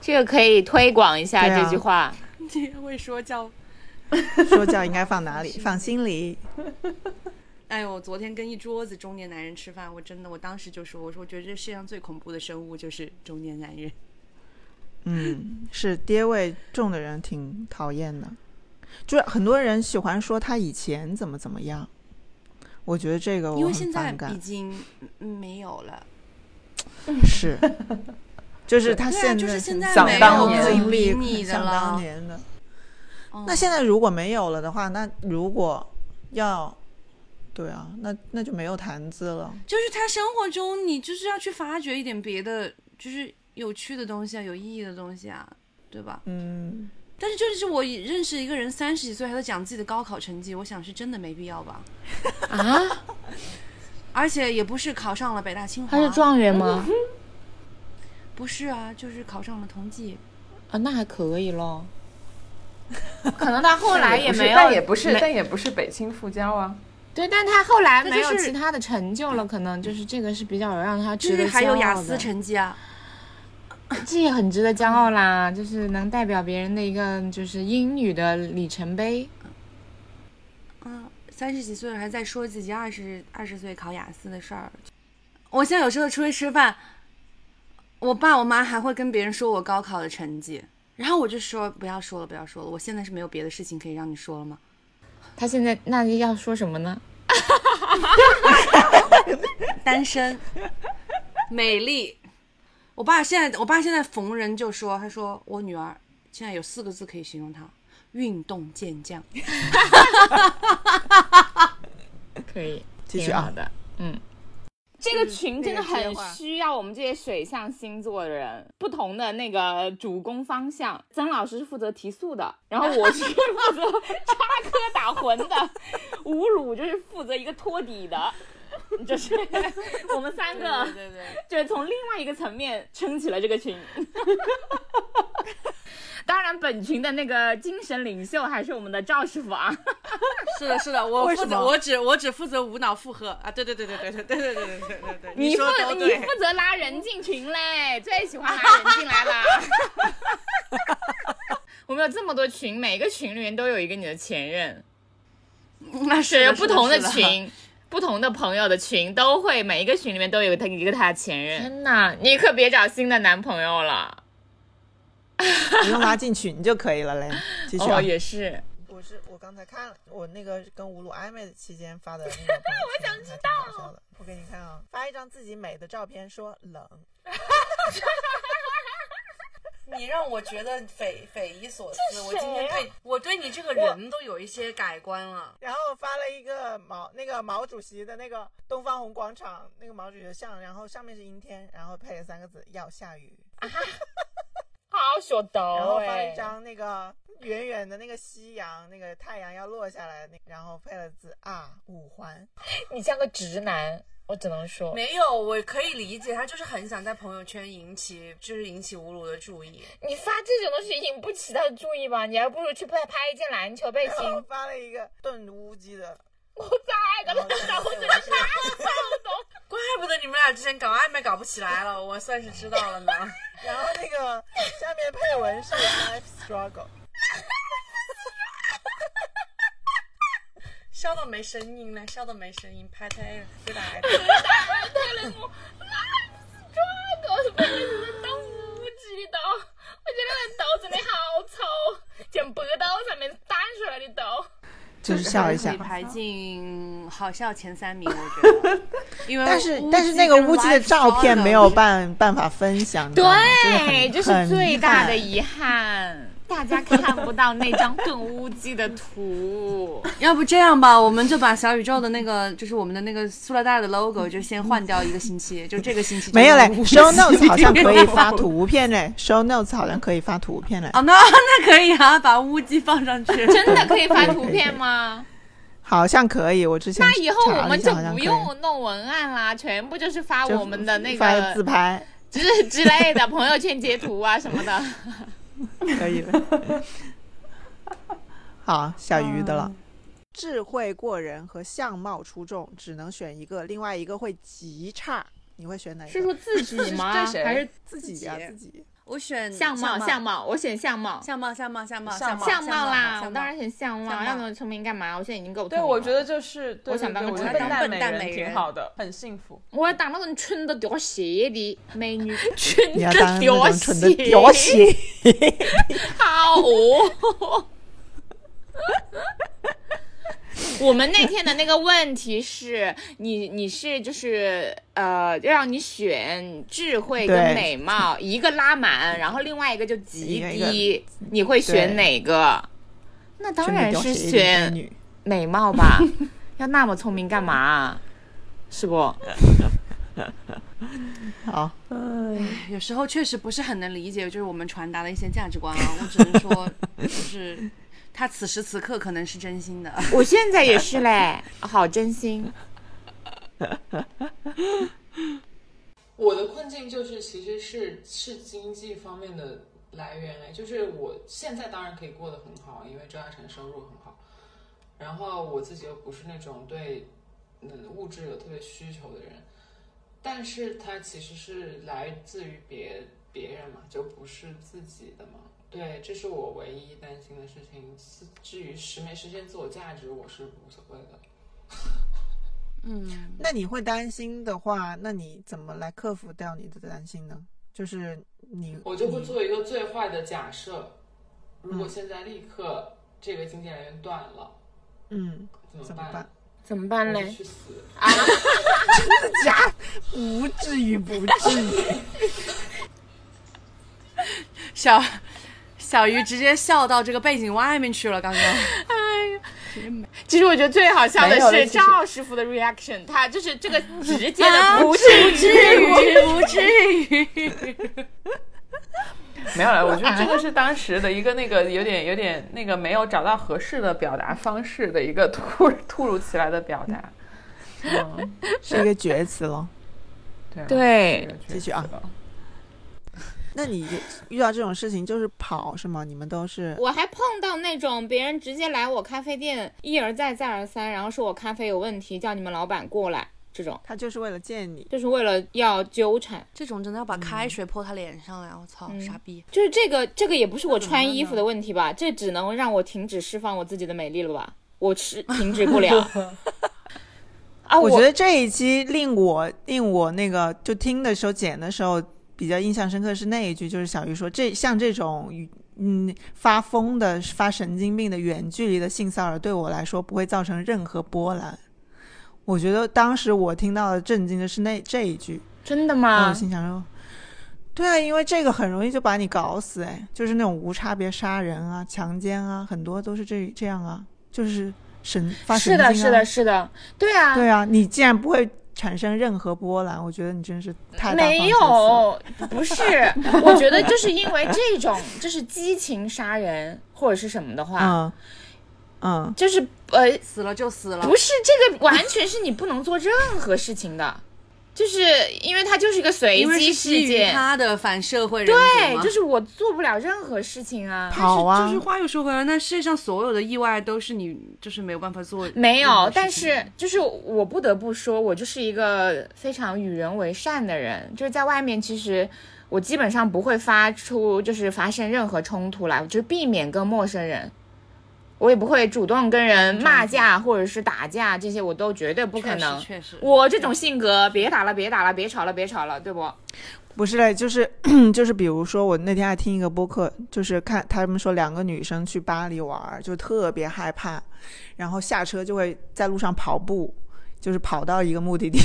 D: 这个可以推广一下
B: 对啊
D: 这句话。
E: 爹味说教。
B: 说教应该放哪里？放心里。
E: 哎呦，我昨天跟一桌子中年男人吃饭，我真的，我当时就说，我说我觉得这世界上最恐怖的生物就是中年男人。
B: 嗯，是爹味重的人挺讨厌的，就是很多人喜欢说他以前怎么怎么样，我觉得这个
E: 因
B: 我
E: 为
B: 哦
E: 现
B: 很
E: 在
B: 反感
E: 已。经嗯没有了，
B: 是，就是他
E: 对啊
B: 现在
E: 就是现在
B: 想
E: 没
B: 当
E: 有
B: 年
E: 可
B: 经
E: 比
B: 历
E: 拟的
B: 想当
E: 了嗯
B: 年的。那现在如果没有了的话，那如果要，对啊，那那就没有谈资了。
E: 就是他生活中你就是要去发掘一点别的，就是有趣的东西啊，有意义的东西啊，对吧？
B: 嗯，
E: 但是就是我认识一个人三十几岁还在讲自己的高考成绩，我想是真的没必要吧？啊？ 而且也不是考上了北大清华，
D: 他是状元吗？
E: 不是啊，就是考上了同济。
D: 啊，那还可以咯。
E: 可能他
D: 后来也没有
C: 但也不是，
D: 没
C: 但也不是北清复交啊。
D: 对，但他后来
E: 那
D: 没
E: 就
D: 有
E: 是
D: 其他的成就了，可能就是这个是比较让他
E: 就
D: 值
E: 是
D: 得
E: 还有
D: 骄
E: 雅
D: 傲
E: 思
D: 的
E: 成绩啊，
D: 这也很值得骄傲啦，就是能代表别人的一个就是英语的里程碑。
E: 嗯，三十几岁了还在说自己二十二十岁考雅思的事儿。我现在有时候出去吃饭，我爸我妈还会跟别人说我高考的成绩，然后我就说不要说了，不要说了，我现在是没有别的事情可以让你说了吗？
D: 他现在那要说什么呢？
E: 单身，美丽。我爸现在，我爸现在逢人就说，他说我女儿现在有四个字可以形容她：运动健将。
D: 可以，
B: 继续
D: 挺
B: 啊
D: 好的，嗯。这
E: 这
D: 个
E: 个
D: 群
E: 群
D: 真
E: 真
D: 的
E: 的
D: 很
E: 很
D: 需要我们这些水象星座的人，不同的那个主攻方向。曾老师是负责提速的，然后我是负责插科打诨 的，吴鲁就是负责一个托底的，就是我们三个，
E: 对对。
D: 就是从另外一个层面撑起了这个群。当然，本群的那个精神领袖还是我们的赵师傅啊。
E: 是的，是的，我
D: 为
E: 负
D: 什么
E: 责，我只我只负责无脑附和啊！对对对对对对对对对对对对对，
D: 你负
E: 说的都
D: 你
E: 对
D: 负。责拉人进群嘞，最喜欢拉人进来 啦。我们有这么多群，每个群里面都有一个你的前任。
E: 那啊是
D: 不同的群。不同的朋友的群都会，每一个群里面都有他一个他的前任。天呐，你可别找新的男朋友了，
B: 不用拉进群就可以了嘞。继续、啊。
D: 哦，也是。
B: 我是我刚才看了我那个跟吴鲁暧昧的期间发的那个， 我
D: 想知道。
B: 我给你看啊，发一张自己美的照片，说冷。
E: 你让我觉得匪匪夷所思，我今天对我对你这个人都有一些改观了。
B: 然后发了一个毛那个毛主席的那个东方红广场那个毛主席像，然后上面是阴天，然后配了三个字要下雨。啊、
D: 好小豆、欸。
B: 然后发了一张那个远远的那个夕阳，那个太阳要落下来，那然后配了字啊五环。
D: 你像个直男。我只能说
E: 没有，我可以理解，他就是很想在朋友圈引起，就是引起吴鲁的注意。
D: 你发这种东西引不起他的注意吧？你还不如去拍拍一件篮球 背心。
B: 我发了一个炖乌鸡的，
D: 我在的，我咋会觉得他骚动？
E: 怪不得你们俩之前搞暧昧搞不起来了，我算是知道 了呢。
B: 然后那个下面配文是 life struggle，
E: 笑到没声音了，笑到没声音，拍拍
D: 对吧？对了，我这个是被你们当无知的，我觉得那刀真的好丑，像白刀上面弹出来的刀。
B: 就是笑一下，
E: 排进好笑前三名，我觉 得。因为
B: 但是但是那个乌鸡的照片没有办办法分享，
D: 啊对，这是最大的遗憾，大家看不到那张炖乌鸡的图。
E: 要不这样吧，我们就把小宇宙的那个，就是我们的那个塑料袋的 logo 就先换掉一个星期，就这个星期
B: 没有嘞。Show notes 好 像可以发图片嘞，Show notes 好像可以发图片嘞。
E: 哦，那 那可以啊，把乌鸡放上去，
D: 真的可以发图片吗？ 啊，
B: 好像可以。我之前
D: 那以后我们就不用弄文案啦，全部就是发我们的那个
B: 自拍，
D: 之之类的朋友圈截图啊什么的。
B: 可以 了。好，小鱼的了。嗯、智慧过人和相貌出众只能选一个，另外一个会极差。你会选哪一个？
D: 是说自己吗？还是
B: 自己呀、啊？自己。
E: 我选
D: 相貌，相貌，我选相貌，
E: 相貌，相貌，相貌，
D: 相
E: 貌，
D: 相
E: 貌
D: 啦！我当然选相貌，啊那么聪明干嘛？我现在已经够
C: 对，我觉得就是
D: 我想当个
C: 笨
E: 蛋
C: 美
E: 人，
C: 挺好的，很幸福。
D: 我要当那种蠢的掉鞋的美女， 蠢
B: 的掉
D: 鞋，
B: 掉鞋，
D: 好哦。 我们那天的那个问题是你，你是就是呃，让你选智慧跟美貌，一个拉满，然后另外一个就极低，你会选哪个？那当然是选美貌吧， 要那么聪明干嘛？是不？
B: 好，
E: 有时候确实不是很能理解，就是我们传达的一些价值观啊，我只能 说就是。他此时此刻可能是真心的，
D: 我现在也是嘞，好真心。
M: 我的困境就是，其实是是经济方面的来源哎，就是我现在当然可以过得很好，因为周亚晨收入很好，然后我自己又不是那种对嗯物质有特别需求的人，但是它其实是来自于别别人嘛，就不是自己的嘛。对，这是我唯一担心的事情。至于实没实现自我价值，我是无所谓的。
E: 嗯，
B: 那你会担心的话，那你怎么来克服掉你的担心呢？就是你，
M: 我就会做一个最坏的假设：如果现在立刻这个经济来源断了，
B: 嗯，
M: 怎么办？
D: 怎么办嘞？
M: 去死！
B: 啊，真的假？不至于，不至
E: 于。小。小鱼直接笑到这个背景外面去了， 刚刚。
D: 哎呀，其实我觉得最好笑的是赵师傅的 reaction，他就是这个直接的
E: 啊不至于，不至于。
C: 没有了，我觉得这个是当时的一个那个有点有点那个没有找到合适的表达方式的一个突 突如其来的表达，
B: 嗯，是一个厥词了。
C: 对，
D: 对，
B: 继续啊。那你遇到这种事情就是跑是吗？你们都是？
D: 我还碰到那种别人直接来我咖啡店一而再再而三，然后说我咖啡有问题，叫你们老板过来，这种
B: 他就是为了见你，
D: 就是为了要纠缠。
E: 这种真的要把开水泼他脸上呀！我操，傻逼！
D: 就是这个，这个也不是我穿衣服的问题吧？这只能让我停止释放我自己的美丽了吧？我是停止 不了。啊，
B: 我觉得这一期令我令我那个就听的时候剪的时候比较印象深刻是那一句，就是小鱼说这像这种嗯发疯的发神经病的远距离的性骚扰对我来说不会造成任何波澜。我觉得当时我听到的震惊的是那这一句，
D: 真的吗？
B: 我心想说，对啊，因为这个很容易就把你搞死，哎，就是那种无差别杀人啊、强奸啊，很多都是这这样啊，就是神发神
D: 是
B: 经、啊。
D: 的，是的，是的，对啊，
B: 对啊，你竟然不会产生任何波澜，我觉得你真是太大
D: 没有，不是，我觉得就是因为这种就是激情杀人或者是什么的话，
B: 嗯。嗯，
D: 就是呃，
E: 死了就死了，
D: 不是这个，完全是你不能做任何事情的， 就是因为它就是一个随机事件，
E: 他的反社会人
D: 对，就是我做不了任何事情啊。
B: 好啊，
E: 就是话又说回来，那世界上所有的意外都是你就是没有办法做，
D: 没有，但是就是我不得不说，我就是一个非常与人为善的人，就是在外面其实。我基本上不会发出就是发生任何冲突来，我就避免跟陌生人。我也不会主动跟人骂架或者是打架，这些我都绝对不可能。
E: 确实，
D: 我这种性格，别打了，别打了，别吵了，别吵了，对不？
B: 不是嘞，就是 就是，比如说我那天还听一个播客，就是看他们说两个女生去巴黎玩，就特别害怕，然后下车就会在路上跑步，就是跑到一个目的地，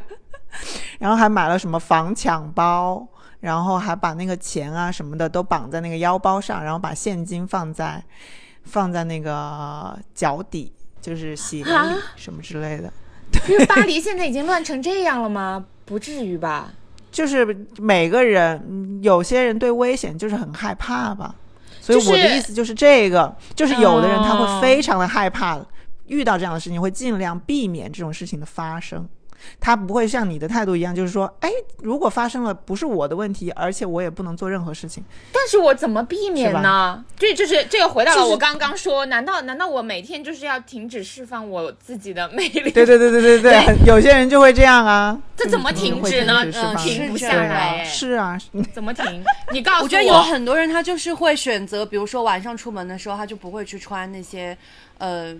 B: 然后还买了什么防抢包。然后还把那个钱啊什么的都绑在那个腰包上，然后把现金放在放在那个脚底，就是鞋里什么之类的。
D: 因为巴黎现在已经乱成这样了吗？不至于吧？
B: 就是每个人，有些人对危险就是很害怕吧。所以我的意思就是这个，就是、就是有的人他
D: 哦
B: 会非常的害怕，哦、遇到这样的事情会尽量避免这种事情的发生。他不会像你的态度一样，就是说，哎，如果发生了不是我的问题，而且我也不能做任何事情。
D: 但是我怎么避免呢？这就是这个回到了我刚刚说，就是、难道难道我每天就是要停止释放我自己的魅力？
B: 对对对对对对，对有些人就会这样啊。
D: 这怎么停止呢？嗯、停不下来、哎。
B: 是啊，
D: 怎么停？你告诉我。
E: 我觉得有很多人他就是会选择，比如说晚上出门的时候，他就不会去穿那些，呃。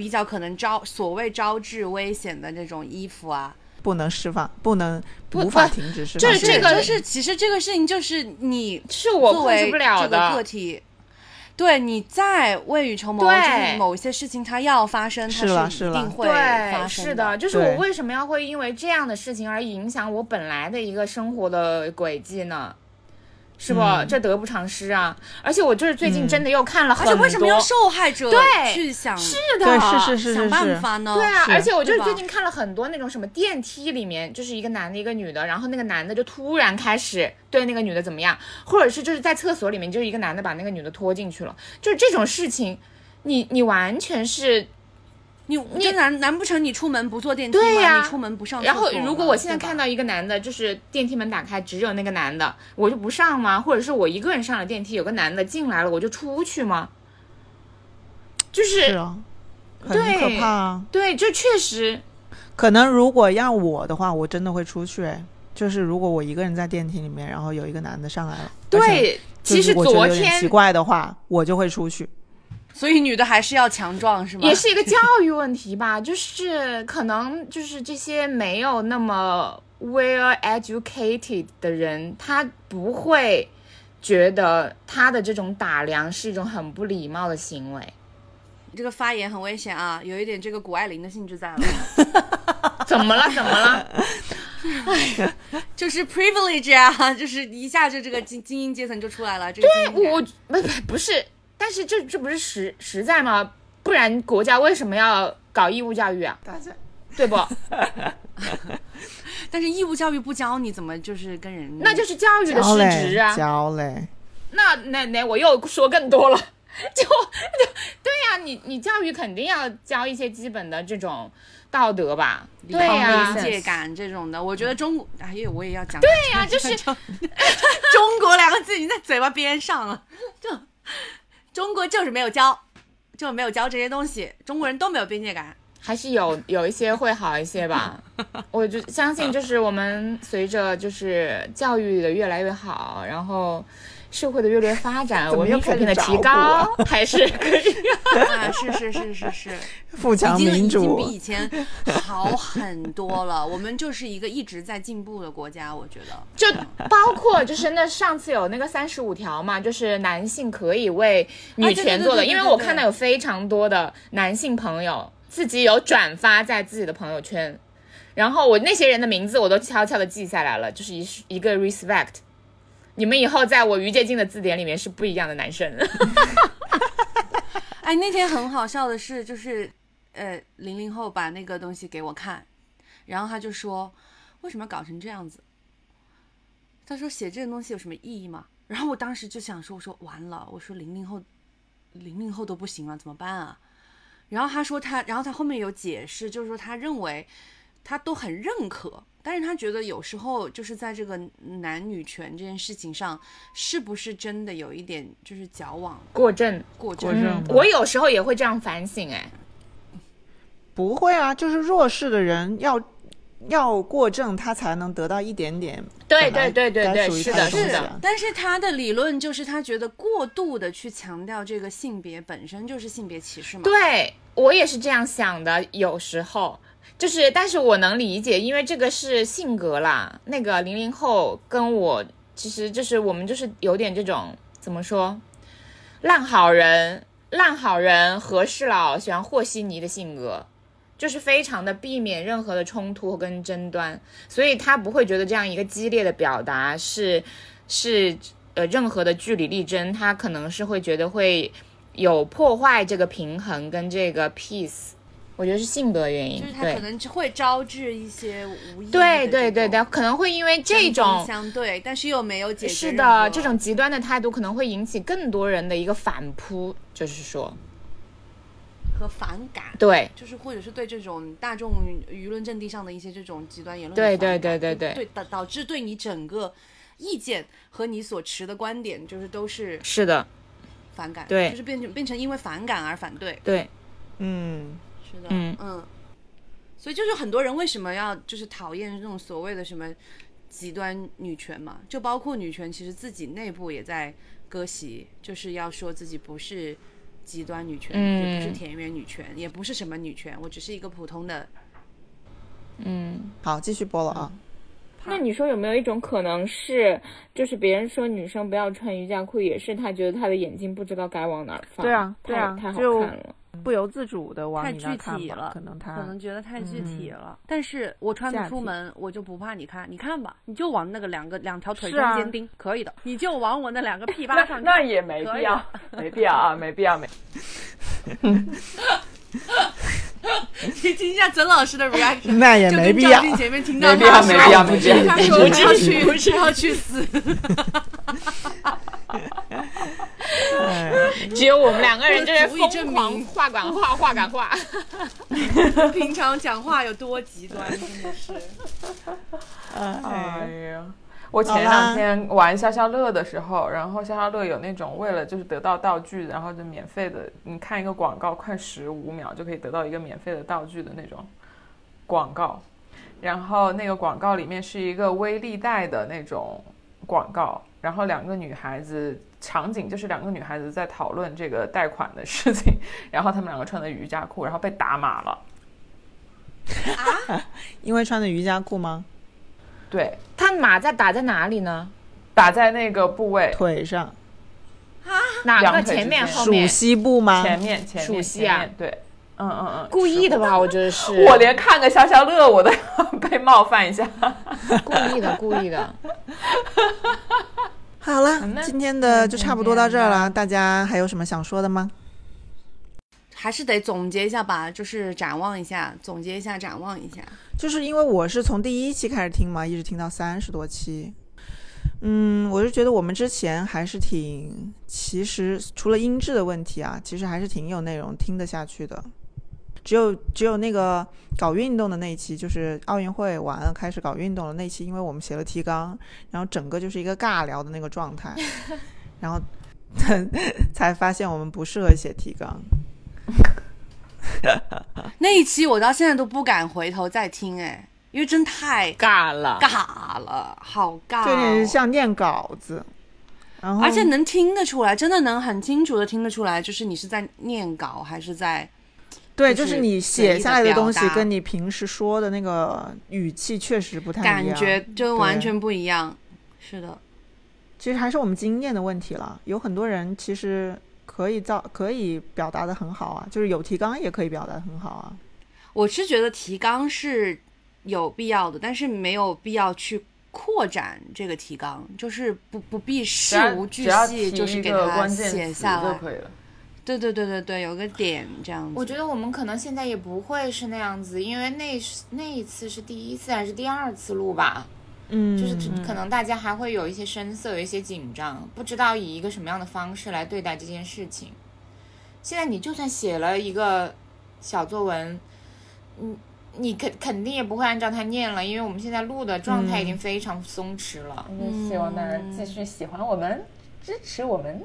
E: 比较可能招所谓招致危险的那种衣服啊，
B: 不能释放，不能无法停止释放。
D: 就是这个，
E: 就是其实这个事情就是你
D: 是我控制不了的
E: 个体，对你在未雨绸缪，就是某些事情它要发生，它
B: 是
E: 一定会
D: 发
E: 生
D: 是
E: 的，
D: 就是我为什么要会因为这样的事情而影响我本来的一个生活的轨迹呢？是不，嗯、这得不偿失啊！而且我就是最近真的又看了很多，
E: 嗯而且为什么要受害者
D: 对
E: 去想？啊
D: 是
B: 的，哎是是是
E: 想办法呢？
D: 对啊，
B: 是
D: 而且我就是最近看了很多那种什么电梯里面，就是一个男的，一个女的，然后那个男的就突然开始对那个女的怎么样，或者是就是在厕所里面，就是一个男的把那个女的拖进去了，就是这种事情，你你完全是。
E: 你你难难不成你出门不坐电梯吗？
D: 对呀、
E: 啊，你出门不上
D: 然后如果我现在看到一个男的，就是电梯门打开只有那个男的，我就不上吗？或者是我一个人上了电梯，有个男的进来了，我就出去吗？就是，
B: 是啊、很可怕啊
D: 对！对，就确实，
B: 可能如果让我的话，我真的会出去、哎。就是如果我一个人在电梯里面，然后有一个男的上来了，
D: 对，其实昨天
B: 奇怪的话，我就会出去。
E: 所以女的还是要强壮，是吗？
D: 也是一个教育问题吧，就是可能就是这些没有那么 well educated 的人，他不会觉得他的这种打量是一种很不礼貌的行为。
E: 这个发言很危险啊，有一点这个谷爱凌的性质在了。
D: 怎么了？怎么了？
E: 哎，就是 privilege 啊，就是一下就这个精精英阶层就出来了。这个、
D: 对，我不不是。但是这这不是实实在吗？不然国家为什么要搞义务教育啊？对不？
B: 嗯
E: 但是义务教育不教你怎么就是跟人，
D: 那就是教育的失职啊！
B: 教嘞。
D: 那那那我又说更多了， 就就对呀、啊，你你教育肯定要教一些基本的这种道德吧？对呀、啊，
E: 边界感这种的，我觉得中国，哎呀，我也要讲。
D: 对呀、啊，就是
E: 中国两个字已经在嘴巴边上了，就。中国就是没有教，就是没有教这些东西，中国人都没有边界感，
D: 还是有有一些会好一 些吧。我就相信，就是我们随着就是教育的越来越好，然后
F: 社会的越来越发展，
B: 怎么
F: 文
B: 又
F: 明水
B: 开
F: 平
B: 始
F: 的
B: 找
F: 提
B: 补
F: 高
B: 啊，
F: 还是可以。
E: 啊，是是是是是，
B: 富强
E: 已经
B: 民
E: 已经
B: 主
E: 比以前好很多了。我们就是一个一直在进步的国家，我觉得。
D: 就包括就是那上次有那个三十五条嘛，就是男性可以为女权做
E: 啊对对对对
D: 的，
E: 对
D: 因为我看到有非常多的男性朋友自己有转发在自己的朋友圈，然后我那些人的名字我都悄悄的记下来了，就是一一个 respect。你们以后在我于洁静的字典里面是不一样的男生。
E: 哎，那天很好笑的是，就是呃，零零后把那个东西给我看，然后他就说，为什么要搞成这样子？他说写这个东西有什么意义吗？然后我当时就想说，我说完了，我说零零后，零零后都不行了，怎么办啊？然后他说他，然后他后面有解释，就是说他认为他都很认可，但是他觉得有时候就是在这个男女权这件事情上，是不是真的有一点就是矫枉
D: 过正，
E: 过
B: 过正
D: 嗯
B: 吧
D: 我有时候也会这样反省，哎，
B: 不会啊，就是弱势的人要要过正，他才能得到一点点
D: 对
B: 本来
D: 对对对
B: 该
D: 对
B: 属于
D: 是
B: 他
D: 的
B: 的东西啊。
E: 但是他的理论就是他觉得过度的去强调这个性别本身就是性别歧视嘛。，
D: 对我也是这样想的，有时候就是，但是我能理解，因为这个是性格啦。那个零零后跟我，其实就是我们就是有点这种怎么说，烂好人，烂好人和事佬，喜欢和稀泥的性格。就是非常的避免任何的冲突跟争端，所以他不会觉得这样一个激烈的表达是是呃任何的据理力争，他可能是会觉得会有破坏这个平衡跟这个 peace，我觉得是性格原因
E: 就是，他可
D: 对。
E: 能就会招致一些无意义的
D: 对对对对，可能会因为这
E: 针锋
D: 种
E: 相对，但是又没有解决。
D: 是的，这。种极端的态度可能会引起更多人的一个反扑，就是说，
E: 和反感，
D: 对
E: 就是或者是对这种大众舆论阵地上的一些这种极端言论的
D: 对
E: 反感，
D: 对对
E: 就
D: 对对
E: 对导导致对你整个意见和你所持的观点，就是都是
D: 是的，
E: 反感，
D: 对
E: 就是变成变成因为反感而反对，
D: 对，
B: 嗯，
E: 是的，
D: 嗯
E: 嗯，所以就是很多人为什么要就是讨厌这种所谓的什么极端女权嘛，就包括女权其实自己内部也在割席，就是要说自己不是极端女权，
D: 嗯
E: 也不是田园女权，也不是什么女权，我只是一个普通的。
B: 嗯，好，继续播了啊。
N: 那你说有没有一种可能是，就是别人说女生不要穿瑜伽裤，也是他觉得他的眼睛不知道该往哪儿放，
B: 对啊，
N: 太
B: 对啊
N: 太，好
B: 就
N: 看了。
B: 不由自主的往
E: 太
B: 你
E: 具
B: 那看
E: 体
B: 吧
E: 了，
B: 可能他
E: 觉得太具体了。
B: 嗯
E: 但是我穿
B: 价
E: 个
B: 值
E: 出门，我就不怕你看，你看吧，你就往那个两个两条腿
K: 是
E: 中
K: 啊
E: 间钉，可以的，你就往我那两个屁巴
K: 那
E: 上看
K: 那也没必要，没必要啊，没必要，没。
E: 你 听一下曾老师的 reaction，
D: 嗯
B: 那也没必要
E: 就跟赵静前面听到
B: 没必要
E: 他说
B: 没必要没必要
E: 他
B: 没必
E: 说
B: 要
E: 我只要
B: 没 必
E: 去，
B: 要
E: 我只要去死。
D: 只有我们两个人就
E: 这
D: 是
E: 足以证
D: 疯狂
E: 明
D: 话赶话，话赶话。
E: 平常讲话有多极端，真的是。
C: 哎呀，我前两天玩消消乐的时候，然后消消乐有那种为了就是得到道具，然后就免费的，你看一个广告，看十五秒就可以得到一个免费的道具的那种广告。然后那个广告里面是一个微粒贷的那种广告，然后两个女孩子场景就是两个女孩子在讨论这个贷款的事情， 然后她们两个穿的瑜伽裤，然后被打码了。
B: 因为穿的瑜伽裤吗？
C: 对，
D: 他码在打在哪里呢？
C: 打在那个部位，
B: 腿上，
D: 哪
C: 两
D: 个
C: 腿之
D: 前面
C: 间
D: 后
B: 属
D: 面？
B: 膝部
E: 啊
B: 吗？
C: 前面前面
D: 属膝啊
C: 前面对，嗯嗯嗯，
D: 故意的吧？我觉得是。
C: 我连看个消消乐我都要 被冒犯一下。
D: 故意的，故意的。
B: 好了，今天的就差不多到这儿了。大家还有什么想说的吗？
E: 还是得总结一下吧，就是展望一下，总结一下，展望一下。
B: 就是因为我是从第一期开始听嘛，一直听到三十多期。嗯，我就觉得我们之前还是挺，其实除了音质的问题啊，其实还是挺有内容，听得下去的。只有只有那个搞运动的那一期，就是奥运会完了开始搞运动了那一期，因为我们写了提纲，然后整个就是一个尬聊的那个状 态，然后才 发现我们不适合写提纲。
E: 那一期我到现在都不敢回头再听，哎，因为真太
D: 尬了
E: 尬了，好尬、
B: 就是
E: 哦。
B: 像念稿子。然后
E: 而且能听得出来，真的能很清楚的听得出来，就是你是在念稿还是在
B: 对，
E: 就是
B: 你写下来的东西
E: 随意地表达
B: 跟你平时说的那个语气确实不太
M: 哎
B: 一
E: 感
B: 样
E: 觉就完全
B: 对
E: 不一样。是的，
B: 其实还是我们经验的问题了。有很多人其实可以造，可以表达的很好啊，就是有提纲也可以表达的很好啊。
E: 我是觉得提纲是有必要的，但是没有必要去扩展这个提纲，就是不不必事
M: 只要
E: 无巨
M: 只要
E: 细，
M: 提
E: 就是
M: 一
E: 给
M: 个
E: 它
M: 关键
E: 写
M: 词
E: 下
M: 就
E: 来。
M: 可以了。
E: 对对对对对，有个点这样子。
D: 我觉得我们可能现在也不会是那样子，因为那是那一次是第一次还是第二次录吧，
B: 嗯，
D: 就是可能大家还会有一些生涩，有一些紧张，不知道以一个什么样的方式来对待这件事情。现在你就算写了一个小作文，你你肯肯定也不会按照它念了，因为我们现在录的状态已经
C: 嗯
D: 非常松弛了。
C: 那希望大家继续喜欢我们，支持我们，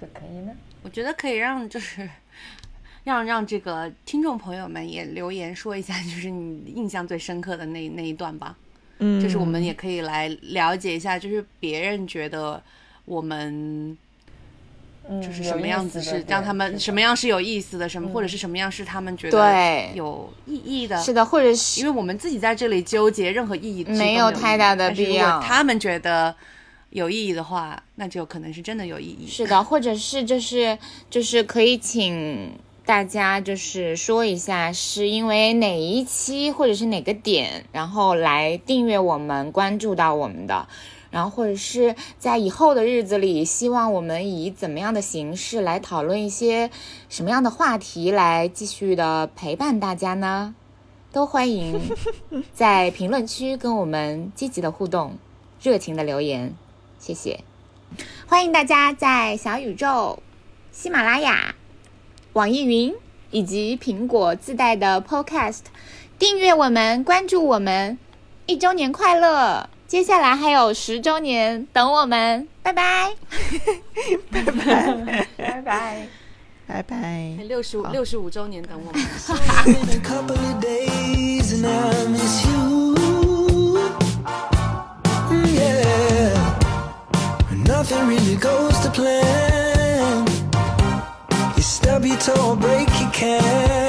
C: 就可以呢。
E: 我觉得可以让就是 让让这个听众朋友们也留言说一下， 就是你印象最深刻的那那一段吧。
B: 嗯
E: 就是我们也可以来了解一下，就是别人觉得我们
C: 嗯
E: 就是什么样
D: 有
E: 子
D: 意
E: 是
D: 思的
E: 让他们什么样是有意思的，什么
D: 嗯
E: 或者是什么样是他们觉得
D: 对
E: 有意义的。
D: 是的，或者是
E: 因为我们自己在这里纠结任何意义其实都
D: 没
E: 没
D: 有
E: 有
D: 太
E: 意义
D: 大的
E: 但是
D: 必
E: 如
D: 要
E: 果他们觉得有意义的话，那就可能是真的有意义。
D: 是的，或者是就是就是可以请大家就是说一下，是因为哪一期或者是哪个点，然后来订阅我们、关注到我们的，然后或者是在以后的日子里，希望我们以怎么样的形式来讨论一些什么样的话题，来继续的陪伴大家呢？都欢迎在评论区跟我们积极的互动，热情的留言，谢谢。欢迎大家在小宇宙、喜马拉雅、网易云以及苹果自带的 Podcast 订阅我们、关注我们。一周年快乐！接下来还有十周年等我们，拜拜。
C: 拜拜，
B: 拜拜。
E: 六十五六十五周年等我们。
A: been a couple of days and I miss you. Mm, Yeah, nothing really goes to plan. You stub your toe, or break your can.